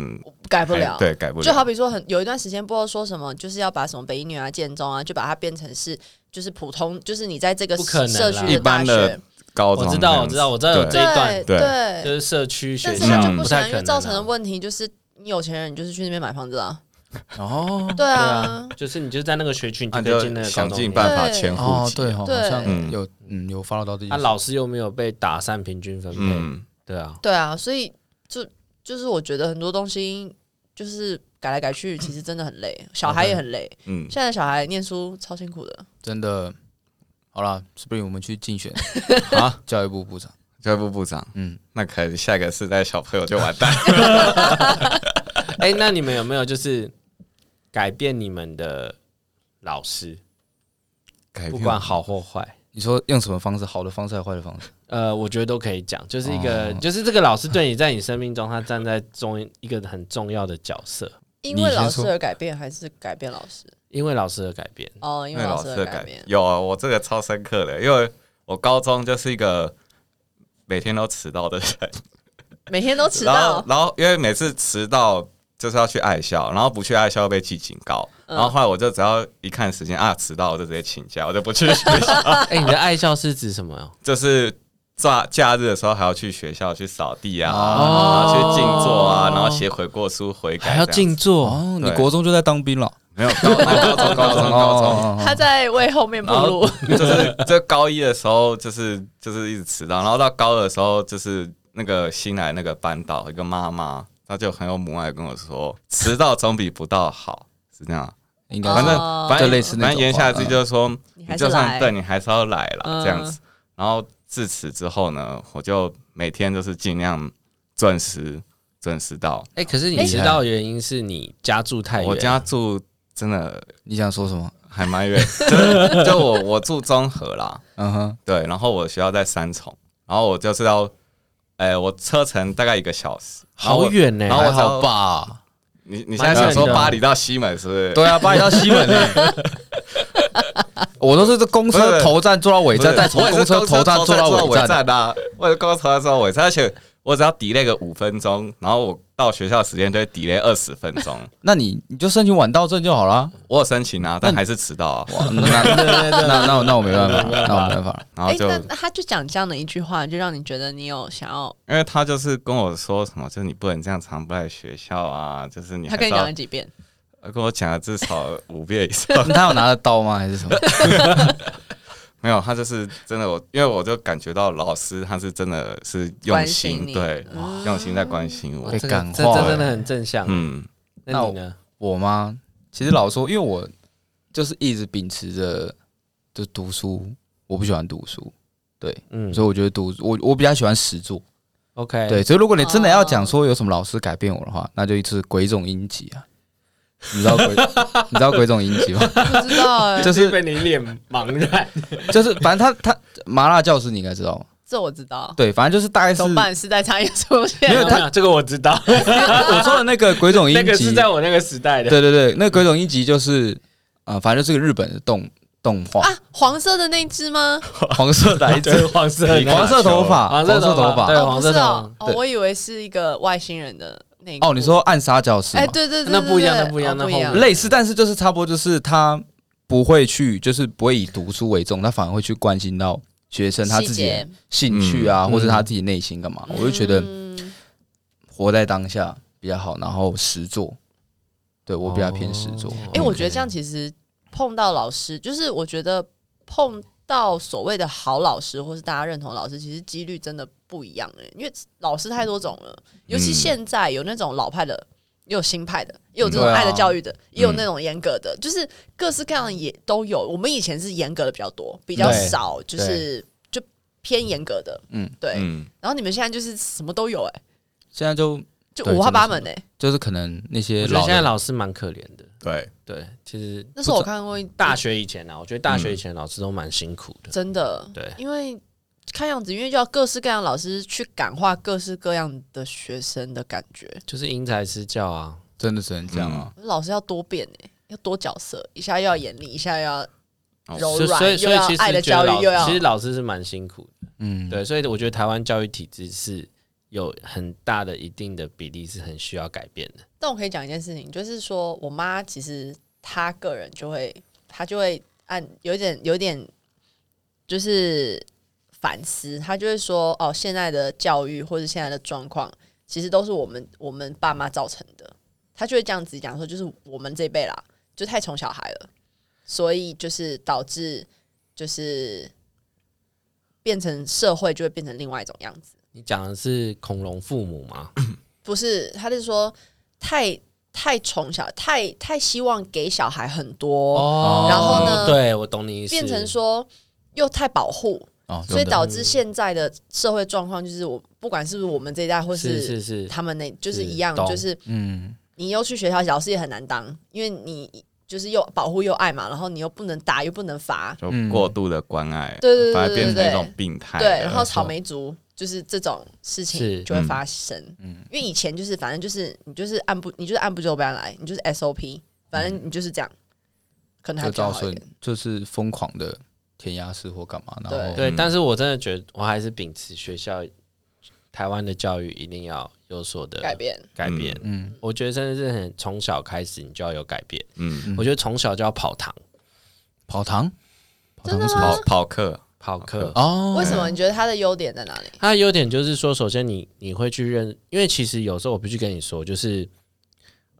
[SPEAKER 4] 改不
[SPEAKER 1] 哎
[SPEAKER 2] 还
[SPEAKER 4] 了。
[SPEAKER 2] 对，改不了，
[SPEAKER 4] 就好比说很，有一段时间不知道说什么，就是要把什么北一女啊、建中啊，就把它变成是就是普通，就是你在这个
[SPEAKER 3] 不可能
[SPEAKER 4] 社
[SPEAKER 3] 啦
[SPEAKER 4] 区
[SPEAKER 2] 一
[SPEAKER 4] 大
[SPEAKER 2] 般
[SPEAKER 4] 学
[SPEAKER 2] 的，高中
[SPEAKER 3] 我知
[SPEAKER 2] 这
[SPEAKER 3] 道，
[SPEAKER 2] 样
[SPEAKER 3] 我
[SPEAKER 2] 子
[SPEAKER 3] 知道，我知道有这
[SPEAKER 2] 对
[SPEAKER 3] 一段，
[SPEAKER 4] 对
[SPEAKER 2] 对
[SPEAKER 3] 就。是社区学
[SPEAKER 4] 但是
[SPEAKER 3] 校，
[SPEAKER 4] 他
[SPEAKER 2] 校
[SPEAKER 4] 就不
[SPEAKER 3] 不
[SPEAKER 4] 想，
[SPEAKER 3] 太
[SPEAKER 4] 因
[SPEAKER 3] 可
[SPEAKER 4] 为
[SPEAKER 3] 能
[SPEAKER 4] 造成的
[SPEAKER 3] 啊。
[SPEAKER 4] 问题就是，你有钱人你就是去那边买房子啊，
[SPEAKER 1] <laughs> 哦
[SPEAKER 4] 对
[SPEAKER 3] 对
[SPEAKER 4] 啊
[SPEAKER 3] 啊，，就是你就在那个学区，你
[SPEAKER 2] 那
[SPEAKER 3] 就可以进那
[SPEAKER 2] 啊就
[SPEAKER 3] 个
[SPEAKER 2] 想
[SPEAKER 3] 高中里
[SPEAKER 2] 尽
[SPEAKER 3] 面。
[SPEAKER 2] 办法
[SPEAKER 4] 对
[SPEAKER 2] 迁户
[SPEAKER 1] 哦
[SPEAKER 2] 籍，
[SPEAKER 1] 对哦，
[SPEAKER 4] 对
[SPEAKER 1] 好像
[SPEAKER 2] 啊嗯
[SPEAKER 1] 有嗯有 follow 到这件
[SPEAKER 3] 他
[SPEAKER 1] 事，
[SPEAKER 3] 老师又没有被打散平均分配，
[SPEAKER 2] 嗯，
[SPEAKER 3] 对啊，
[SPEAKER 4] 对啊，所以就就是我觉得很多东西就是。改来改去，其实真的很累，小孩也很累。
[SPEAKER 2] 嗯，
[SPEAKER 4] 现在小孩念书超辛苦的，
[SPEAKER 1] 真的。好了，Spring，我们去竞
[SPEAKER 2] <laughs>
[SPEAKER 1] 选
[SPEAKER 2] 好，
[SPEAKER 1] 教育部部长。
[SPEAKER 2] 教育部部长，
[SPEAKER 1] 嗯，
[SPEAKER 2] 那可能下一个世代小朋友就完蛋。
[SPEAKER 3] 哎、那你们有没有就是改变你们的老师，
[SPEAKER 2] 改
[SPEAKER 3] 不
[SPEAKER 2] 变
[SPEAKER 3] 管好或坏？
[SPEAKER 1] 你说用什么方式？好的方式还是坏的方式？
[SPEAKER 3] 呃，我觉得都可以讲，就是一个，
[SPEAKER 1] 哦
[SPEAKER 3] 就是这个老师对你在你生命中，他站在中一个很重要的角色，
[SPEAKER 4] 因
[SPEAKER 1] 你
[SPEAKER 4] 为
[SPEAKER 1] 先
[SPEAKER 4] 老师
[SPEAKER 1] 说
[SPEAKER 4] 而改变，还是改变老师？
[SPEAKER 3] 因为老师的改变，
[SPEAKER 4] 哦，因为
[SPEAKER 2] 对
[SPEAKER 4] 老
[SPEAKER 2] 老
[SPEAKER 4] 师
[SPEAKER 2] 师
[SPEAKER 4] 而
[SPEAKER 2] 的
[SPEAKER 4] 改
[SPEAKER 2] 改
[SPEAKER 4] 变。
[SPEAKER 2] 有啊，我这个超深刻的，因为我高中就是一个每天都迟到的人，
[SPEAKER 4] 每天都迟
[SPEAKER 2] 然后
[SPEAKER 4] 到，
[SPEAKER 2] 然后因为每次迟到就是要去爱校，然后不去爱校被记警告，
[SPEAKER 4] 嗯
[SPEAKER 2] 然后后来我就只要一看时间啊迟到，我就直接请假，我就不去
[SPEAKER 4] <laughs>
[SPEAKER 2] 学校，
[SPEAKER 3] <laughs> 哎、你的爱校是指什么哦？
[SPEAKER 2] 就是。假假日的时候还要去学校去扫地啊，
[SPEAKER 1] 哦
[SPEAKER 2] 然后去静坐啊，然后写悔过书悔改，
[SPEAKER 3] <laughs> 还要静坐，
[SPEAKER 1] 哦，你
[SPEAKER 2] 对
[SPEAKER 1] 国中就在当兵了？哦
[SPEAKER 2] 没有高高中
[SPEAKER 4] <laughs>
[SPEAKER 2] 高中高中，
[SPEAKER 4] 他在为后面铺
[SPEAKER 2] 然后
[SPEAKER 4] 路。
[SPEAKER 2] <laughs> 就是这高一的时候，就是就是一直迟到，然后到高二的时候，就是那个新来那个班导一个妈妈，她就很有母爱地跟我说，迟到总比不到好，是这样。
[SPEAKER 1] 应该
[SPEAKER 2] 反正
[SPEAKER 4] 哦
[SPEAKER 2] 反
[SPEAKER 1] 就
[SPEAKER 2] 正
[SPEAKER 1] 类似那种
[SPEAKER 2] 反正言下之意就是说，
[SPEAKER 4] 你还
[SPEAKER 2] 你
[SPEAKER 4] 是
[SPEAKER 2] 就算
[SPEAKER 4] 来，
[SPEAKER 2] 对你还是要来
[SPEAKER 4] 嗯
[SPEAKER 2] 啦，这样子。然后自此之后呢，我就每天就是尽量准时准时到。
[SPEAKER 3] 哎、可是
[SPEAKER 1] 哎
[SPEAKER 3] 你迟到的原因是你哎家住太远，
[SPEAKER 2] 我家住真的
[SPEAKER 1] 你想说什么？
[SPEAKER 2] 还蛮远，就就我我住中和啦，
[SPEAKER 1] 嗯哼，
[SPEAKER 2] 对，然后我学校在三重，然后我就是要，哎、我车程大概一个小时，然后我
[SPEAKER 3] 好。远呢、
[SPEAKER 2] 然后
[SPEAKER 1] 还
[SPEAKER 2] 我知道
[SPEAKER 1] 好吧？
[SPEAKER 2] 你你现在想
[SPEAKER 3] 蛮
[SPEAKER 2] 说
[SPEAKER 3] 远的
[SPEAKER 2] 巴黎到西门是不是？
[SPEAKER 1] 对啊，把你到西门欸 <laughs> 我都是这公
[SPEAKER 2] 不
[SPEAKER 1] 车
[SPEAKER 2] 是
[SPEAKER 1] 头站坐到尾
[SPEAKER 2] 不是，
[SPEAKER 1] 站，再从
[SPEAKER 2] 我也是
[SPEAKER 1] 公车头站坐到
[SPEAKER 2] 尾
[SPEAKER 1] 尾站。
[SPEAKER 2] 站啊，我也是公车头站坐到尾站，而且我只要 delay 个五分钟，然后我到学校的时间就会 delay 二十分钟。
[SPEAKER 1] 那你你就申请晚到证就好了。
[SPEAKER 2] 我有申请啊，但还是迟到啊，
[SPEAKER 1] 哇，那那那那我那我没办法，那我没办法了。
[SPEAKER 2] 然后
[SPEAKER 4] 哎，
[SPEAKER 2] 就
[SPEAKER 4] 那那他就讲这样的一句话，就让你觉得你有想要。
[SPEAKER 2] 因为他就是跟我说什么，就是你不能这样常不来学校啊，就是你
[SPEAKER 4] 他
[SPEAKER 2] 还
[SPEAKER 4] 跟
[SPEAKER 2] 是
[SPEAKER 4] 你讲
[SPEAKER 2] 要
[SPEAKER 4] 了
[SPEAKER 1] <laughs>
[SPEAKER 4] 几遍？
[SPEAKER 2] 呃跟我讲了至少五遍以上。 <laughs>
[SPEAKER 1] 他有拿着刀吗？还是什么？ <laughs>
[SPEAKER 2] 没有，他就是真的我，因为我就感觉到老师他是真的是用
[SPEAKER 4] 关心
[SPEAKER 2] 心
[SPEAKER 4] 你，哦
[SPEAKER 2] 对
[SPEAKER 4] 哇，
[SPEAKER 2] 用心在关心我
[SPEAKER 1] 被。
[SPEAKER 3] 这个
[SPEAKER 1] 感
[SPEAKER 3] 这
[SPEAKER 1] 化
[SPEAKER 3] 这
[SPEAKER 1] 了
[SPEAKER 3] 真的很正向。
[SPEAKER 2] 嗯，
[SPEAKER 3] 那你呢？
[SPEAKER 1] 我吗？其实老实说，因为我就是一直秉持着就读书，我不喜欢读书，对，
[SPEAKER 3] 嗯哎
[SPEAKER 1] 所以我觉得读我我比较喜欢实做，
[SPEAKER 3] ，OK， <laughs>
[SPEAKER 1] 对，所以如果你真的要讲说有什么老师改变我的话，那就一次鬼冢英吉啊，你知道鬼 <laughs> 你知道鬼冢英吉吗？ <laughs>
[SPEAKER 4] 不知道哎，
[SPEAKER 1] 就是
[SPEAKER 3] 被你脸茫然。
[SPEAKER 1] 就是反正他他麻辣教师你应该知道吗？
[SPEAKER 4] 这我知道。
[SPEAKER 1] 对，反正就是大概是
[SPEAKER 4] 怎么办？时代差异出
[SPEAKER 3] <laughs>
[SPEAKER 4] 现
[SPEAKER 3] 没有
[SPEAKER 4] 了。
[SPEAKER 3] 没有，这个我知道，
[SPEAKER 1] 我说的那个鬼冢英吉，
[SPEAKER 3] <laughs> 那个是在我那个时代的。
[SPEAKER 1] 对对对，那个鬼冢英吉就是啊、呃反正就是个日本的动动画，
[SPEAKER 4] 啊，黄色的那一只吗？
[SPEAKER 1] 黄色的一只
[SPEAKER 3] <laughs> 对，黄色的那个
[SPEAKER 1] 黄色头发，
[SPEAKER 3] 黄
[SPEAKER 1] 黄
[SPEAKER 3] 色
[SPEAKER 1] 色
[SPEAKER 3] 啊头发
[SPEAKER 1] 头发
[SPEAKER 3] 对。
[SPEAKER 4] 哦
[SPEAKER 3] 黄
[SPEAKER 4] 不
[SPEAKER 3] 色
[SPEAKER 4] 是
[SPEAKER 3] 的
[SPEAKER 4] 哦，哦，
[SPEAKER 1] 对
[SPEAKER 4] 我以为是一个外星人的那一
[SPEAKER 1] 哦，
[SPEAKER 4] 部
[SPEAKER 1] 你说暗杀教室
[SPEAKER 4] 哎，
[SPEAKER 1] 吗？
[SPEAKER 4] 对对对，
[SPEAKER 3] 那
[SPEAKER 4] 对
[SPEAKER 3] 不一样
[SPEAKER 4] 对
[SPEAKER 3] 那不一样
[SPEAKER 4] 哦
[SPEAKER 3] 那
[SPEAKER 4] 不一
[SPEAKER 3] 后
[SPEAKER 4] 样
[SPEAKER 3] 面。
[SPEAKER 1] 类似，但是就是差不多，就是他不会去，就是不会以读书为重，他反而会去关心到学生他
[SPEAKER 4] 细
[SPEAKER 1] 自己的
[SPEAKER 4] 节
[SPEAKER 1] 兴趣啊，
[SPEAKER 3] 嗯
[SPEAKER 1] 或者他自己内心干嘛。我就觉得
[SPEAKER 4] 嗯
[SPEAKER 1] 活在当下比较好，然后实做。对我比较偏实做
[SPEAKER 3] 哦，
[SPEAKER 4] 哎、我觉得这样其实碰到老师，就是我觉得碰到所谓的好老师，或是大家认同的老师，其实几率真的不一样哎、因为老师太多种了，尤其
[SPEAKER 2] 嗯
[SPEAKER 4] 现在有那种老派的。也有新派的，也有这种
[SPEAKER 1] 对啊
[SPEAKER 4] 爱的教育的，也有那种严格
[SPEAKER 1] 啊
[SPEAKER 4] 的，就是各式各样的也都有。我们以前是严格的比较多，比较
[SPEAKER 3] 对
[SPEAKER 4] 少，就是就偏严格的，嗯
[SPEAKER 1] 嗯，
[SPEAKER 4] 对。
[SPEAKER 2] 嗯，
[SPEAKER 4] 然后你们现在就是什么都有、哎，
[SPEAKER 1] 现在就
[SPEAKER 4] 就
[SPEAKER 1] 对
[SPEAKER 4] 五花
[SPEAKER 1] 真的
[SPEAKER 4] 八
[SPEAKER 1] 是
[SPEAKER 4] 门哎、
[SPEAKER 1] 就是可能那些
[SPEAKER 3] 我觉得
[SPEAKER 1] 老
[SPEAKER 3] 现在
[SPEAKER 1] 的
[SPEAKER 3] 老师蛮可怜的。
[SPEAKER 2] 对，
[SPEAKER 3] 对，其实
[SPEAKER 4] 那时候我看过一
[SPEAKER 3] 大学以
[SPEAKER 4] 嗯
[SPEAKER 3] 前啊，我觉得大学以前老师都蛮辛苦的。
[SPEAKER 4] 真的，
[SPEAKER 3] 对
[SPEAKER 4] 因为看样子，因为就要各式各样的老师去感化各式各样的学生的感觉，
[SPEAKER 3] 就是因材施教啊，
[SPEAKER 1] 真的只能这样啊。
[SPEAKER 4] 老师要多变哎、要多角色，一下又要严厉，一下又要
[SPEAKER 2] 哦
[SPEAKER 4] 柔
[SPEAKER 3] 所以
[SPEAKER 4] 软，
[SPEAKER 3] 所以所以
[SPEAKER 4] 又要
[SPEAKER 3] 其
[SPEAKER 4] 爱
[SPEAKER 3] 实
[SPEAKER 4] 的
[SPEAKER 3] 觉
[SPEAKER 4] 教
[SPEAKER 3] 得
[SPEAKER 4] 育，又
[SPEAKER 3] 老
[SPEAKER 4] 要
[SPEAKER 3] 其实老师是蛮辛苦的，
[SPEAKER 1] 嗯，
[SPEAKER 3] 对，所以我觉得台湾教育体制是有很大的一定的比例是很需要改变的。
[SPEAKER 4] 但我可以讲一件事情，就是说我妈其实她个人就会，她就会按有点有点就是反思，她就会说哦，现在的教育或者现在的状况，其实都是我们我们爸妈造成的。她就会这样子讲说，就是我们这一辈啦，就太宠小孩了，所以就是导致就是变成社会就会变成另外一种样子。
[SPEAKER 3] 你讲的是恐龙父母吗？
[SPEAKER 4] 不是，他是说太太宠小，太太希望给小孩很多，
[SPEAKER 3] 哦
[SPEAKER 4] 然后呢
[SPEAKER 3] 对我懂你意思，
[SPEAKER 4] 变成说又太保护，
[SPEAKER 1] 哦，
[SPEAKER 4] 所以
[SPEAKER 1] 真的
[SPEAKER 4] 导致现在的社会状况就是我，不管是不是我们这一代，或
[SPEAKER 3] 是是是
[SPEAKER 4] 他们那，就是
[SPEAKER 3] 是
[SPEAKER 4] 一样，
[SPEAKER 3] 懂
[SPEAKER 4] 就是
[SPEAKER 1] 嗯，
[SPEAKER 4] 你又去学校，老师也很难当，因为你就是又保护又爱嘛，然后你又不能打，又不能罚，
[SPEAKER 2] 就
[SPEAKER 1] 嗯
[SPEAKER 2] 过度的关爱，
[SPEAKER 4] 对对对
[SPEAKER 2] 反而变
[SPEAKER 4] 对对
[SPEAKER 2] 成一
[SPEAKER 4] 对
[SPEAKER 2] 种病态
[SPEAKER 4] 对
[SPEAKER 2] 了。，
[SPEAKER 4] 然后草莓族就是这种事
[SPEAKER 3] 是嗯
[SPEAKER 4] 情就会发生，因为以前就是反正就是你就是按部你就是按部就班来，你就是 SOP，反正你就是这样，可能还
[SPEAKER 1] 就
[SPEAKER 4] 比较
[SPEAKER 1] 造
[SPEAKER 4] 好一
[SPEAKER 1] 成
[SPEAKER 4] 点。
[SPEAKER 1] 就是疯狂的填鸭式或干嘛，然后
[SPEAKER 3] 对，
[SPEAKER 1] 嗯
[SPEAKER 3] 但是我真的觉得我还是秉持学校台湾的教育一定要有所的
[SPEAKER 4] 改变，
[SPEAKER 3] 改变。
[SPEAKER 1] 嗯
[SPEAKER 3] 我觉得真的是很从小开始你就要有改变。
[SPEAKER 2] 嗯，
[SPEAKER 3] 我觉得从小就要跑堂、
[SPEAKER 1] 跑堂，跑
[SPEAKER 4] 真
[SPEAKER 1] 堂
[SPEAKER 4] 的
[SPEAKER 1] 是什么
[SPEAKER 2] 跑跑课，
[SPEAKER 3] 跑课。
[SPEAKER 1] 哦，
[SPEAKER 4] 为什么？你觉得它的优点在哪里？
[SPEAKER 3] 它的优点就是说，首先你你会去认，因为其实有时候我必须跟你说，就是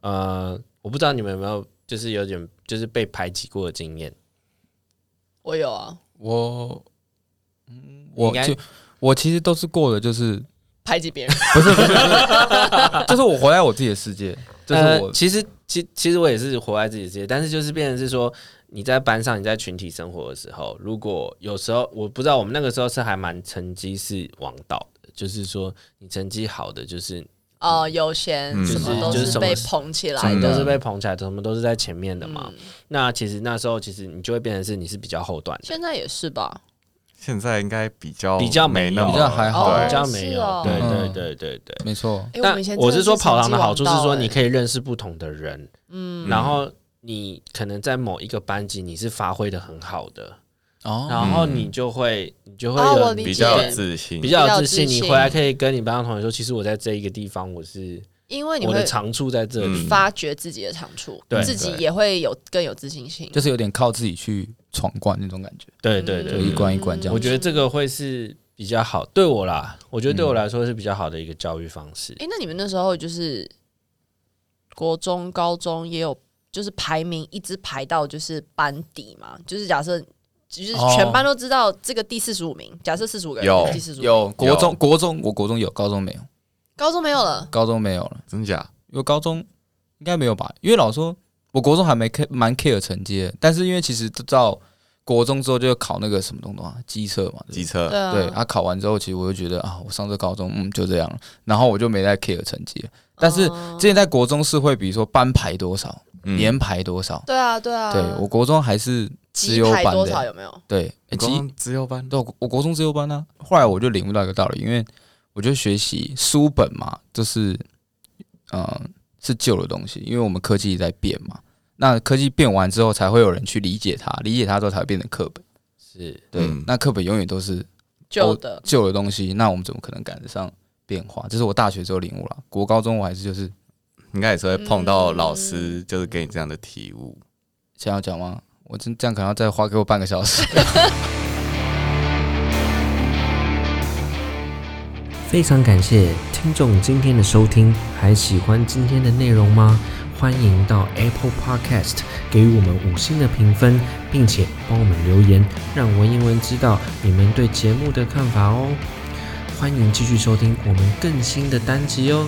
[SPEAKER 3] 呃，我不知道你们有没有就是有点就是被排挤过的经验。
[SPEAKER 4] 我有啊，
[SPEAKER 1] 我，嗯，
[SPEAKER 3] 你
[SPEAKER 1] 我
[SPEAKER 3] 应该
[SPEAKER 1] 就我其实都是过的，就是
[SPEAKER 4] 排挤别人，
[SPEAKER 1] 不是不是，不是就是我活在我自己的世界，就是我
[SPEAKER 3] 啊呃、其实其其实我也是活在自己世界，但是就是变成是说你在班上你在群体生活的时候，如果有时候我不知道我们那个时候是还蛮成绩是王道的，就是说你成绩好的就是
[SPEAKER 4] 哦，优先
[SPEAKER 2] 嗯
[SPEAKER 4] 什么
[SPEAKER 1] 就是
[SPEAKER 4] 都
[SPEAKER 1] 就是
[SPEAKER 3] 什么
[SPEAKER 4] 被捧起来
[SPEAKER 3] 你
[SPEAKER 1] 真
[SPEAKER 3] 哎都是
[SPEAKER 1] 的
[SPEAKER 3] 被
[SPEAKER 4] 的，
[SPEAKER 3] 捧起来的，什么都是在前面的嘛。
[SPEAKER 4] 嗯，
[SPEAKER 3] 那其实那时候其实你就会变成是你是比较后段的，
[SPEAKER 4] 现在也是吧？
[SPEAKER 2] 现在应该比
[SPEAKER 1] 哦
[SPEAKER 2] 较
[SPEAKER 3] 比较
[SPEAKER 2] 没
[SPEAKER 3] 没
[SPEAKER 2] 那么
[SPEAKER 1] 比较还好
[SPEAKER 4] 哦
[SPEAKER 2] 对
[SPEAKER 3] 比较没有，
[SPEAKER 4] 是哦
[SPEAKER 3] 对对
[SPEAKER 1] 嗯
[SPEAKER 3] 对对对。
[SPEAKER 1] 没错，
[SPEAKER 4] 哎因为我
[SPEAKER 3] 但
[SPEAKER 4] 们以前
[SPEAKER 3] 我是说跑堂的好处是说，你
[SPEAKER 4] 以，
[SPEAKER 3] 可以认识不同的人，
[SPEAKER 4] 嗯，
[SPEAKER 3] 然后你可能在某一个班级你是发挥的很好的，
[SPEAKER 1] 哦，
[SPEAKER 3] 然后你就会你就会
[SPEAKER 4] 哦我
[SPEAKER 3] 有
[SPEAKER 4] 理解
[SPEAKER 2] 比较有自信，
[SPEAKER 3] 比较有自
[SPEAKER 4] 比较有自
[SPEAKER 3] 信，
[SPEAKER 4] 信
[SPEAKER 3] 你回来可以跟你班上同学说，其实我在这一个地方我是
[SPEAKER 4] 因为你
[SPEAKER 3] 我的
[SPEAKER 4] 会
[SPEAKER 3] 长处在这里
[SPEAKER 2] 嗯，
[SPEAKER 4] 发掘自己的长处，
[SPEAKER 3] 对
[SPEAKER 4] 自己
[SPEAKER 2] 对
[SPEAKER 4] 也会有更有自信心。
[SPEAKER 1] 就是有点靠自己去闯关那种感觉，
[SPEAKER 3] 对对
[SPEAKER 4] 嗯
[SPEAKER 1] 就一
[SPEAKER 3] 对，
[SPEAKER 1] 关一关这样
[SPEAKER 3] 我觉得这个会是比较好，对我啦，我觉得
[SPEAKER 1] 嗯
[SPEAKER 3] 对我来说是比较好的一个教育方式。
[SPEAKER 4] 哎、那你们那时候就是国中、高中也有，就是排名一直排到就是班底嘛？就是假设就是
[SPEAKER 1] 哦
[SPEAKER 4] 全班都知道这个第四十五名，假设四十五个人
[SPEAKER 2] 有
[SPEAKER 4] 第四十五，
[SPEAKER 1] 有国中国中我国中有，高中没有，
[SPEAKER 4] 高中没有了，
[SPEAKER 1] 高中没有了，
[SPEAKER 2] 真假？
[SPEAKER 1] 因为高中应该没有吧？因为老实说我国中还没 care 蛮 care 成绩的，但是因为其实到国中之后就考那个什么东东啊，机测嘛，对不对
[SPEAKER 2] 机车
[SPEAKER 4] 对啊，
[SPEAKER 1] 对，他、考完之后，其实我就觉得啊，我上这高中，嗯，就这样了，然后我就没
[SPEAKER 4] 嗯
[SPEAKER 1] 再 care 成绩了。但是
[SPEAKER 4] 哦
[SPEAKER 1] 之前在国中是会，比如说班排多少，
[SPEAKER 2] 嗯
[SPEAKER 1] 年排多少，
[SPEAKER 4] 对啊，对啊，
[SPEAKER 1] 对我国中还是资
[SPEAKER 4] 级
[SPEAKER 1] 优
[SPEAKER 4] 排
[SPEAKER 1] 班
[SPEAKER 4] 多少
[SPEAKER 1] 的，
[SPEAKER 4] 有没有？
[SPEAKER 1] 对，欸
[SPEAKER 2] 你高
[SPEAKER 1] 其
[SPEAKER 2] 中自由班
[SPEAKER 1] 对，我我国中资优班呢、啊后来我就领悟到一个道理，因为我觉得学习书本嘛，就是嗯、呃是旧的东西，因为我们科技在变嘛，那科技变完之后，才会有人去理解它，理解它之后才会变成课本。
[SPEAKER 3] 是
[SPEAKER 1] 对，
[SPEAKER 2] 嗯
[SPEAKER 1] 那课本永远都是
[SPEAKER 4] 旧的，
[SPEAKER 1] 旧的东西，那我们怎么可能赶得上变化？这是我大学之后领悟了，国高中我还是就是
[SPEAKER 2] 嗯应该也是会碰到老师，
[SPEAKER 4] 嗯
[SPEAKER 2] 就是给你这样的体悟。
[SPEAKER 1] 想要讲吗？我真这样可能要再花给我半个小时。
[SPEAKER 5] 非常感谢听众今天的收听，还喜欢今天的内容吗？欢迎到 Apple Podcast 给予我们五星的评分，并且帮我们留言，让文言文知道你们对节目的看法哦。欢迎继续收听我们更新的单集哦。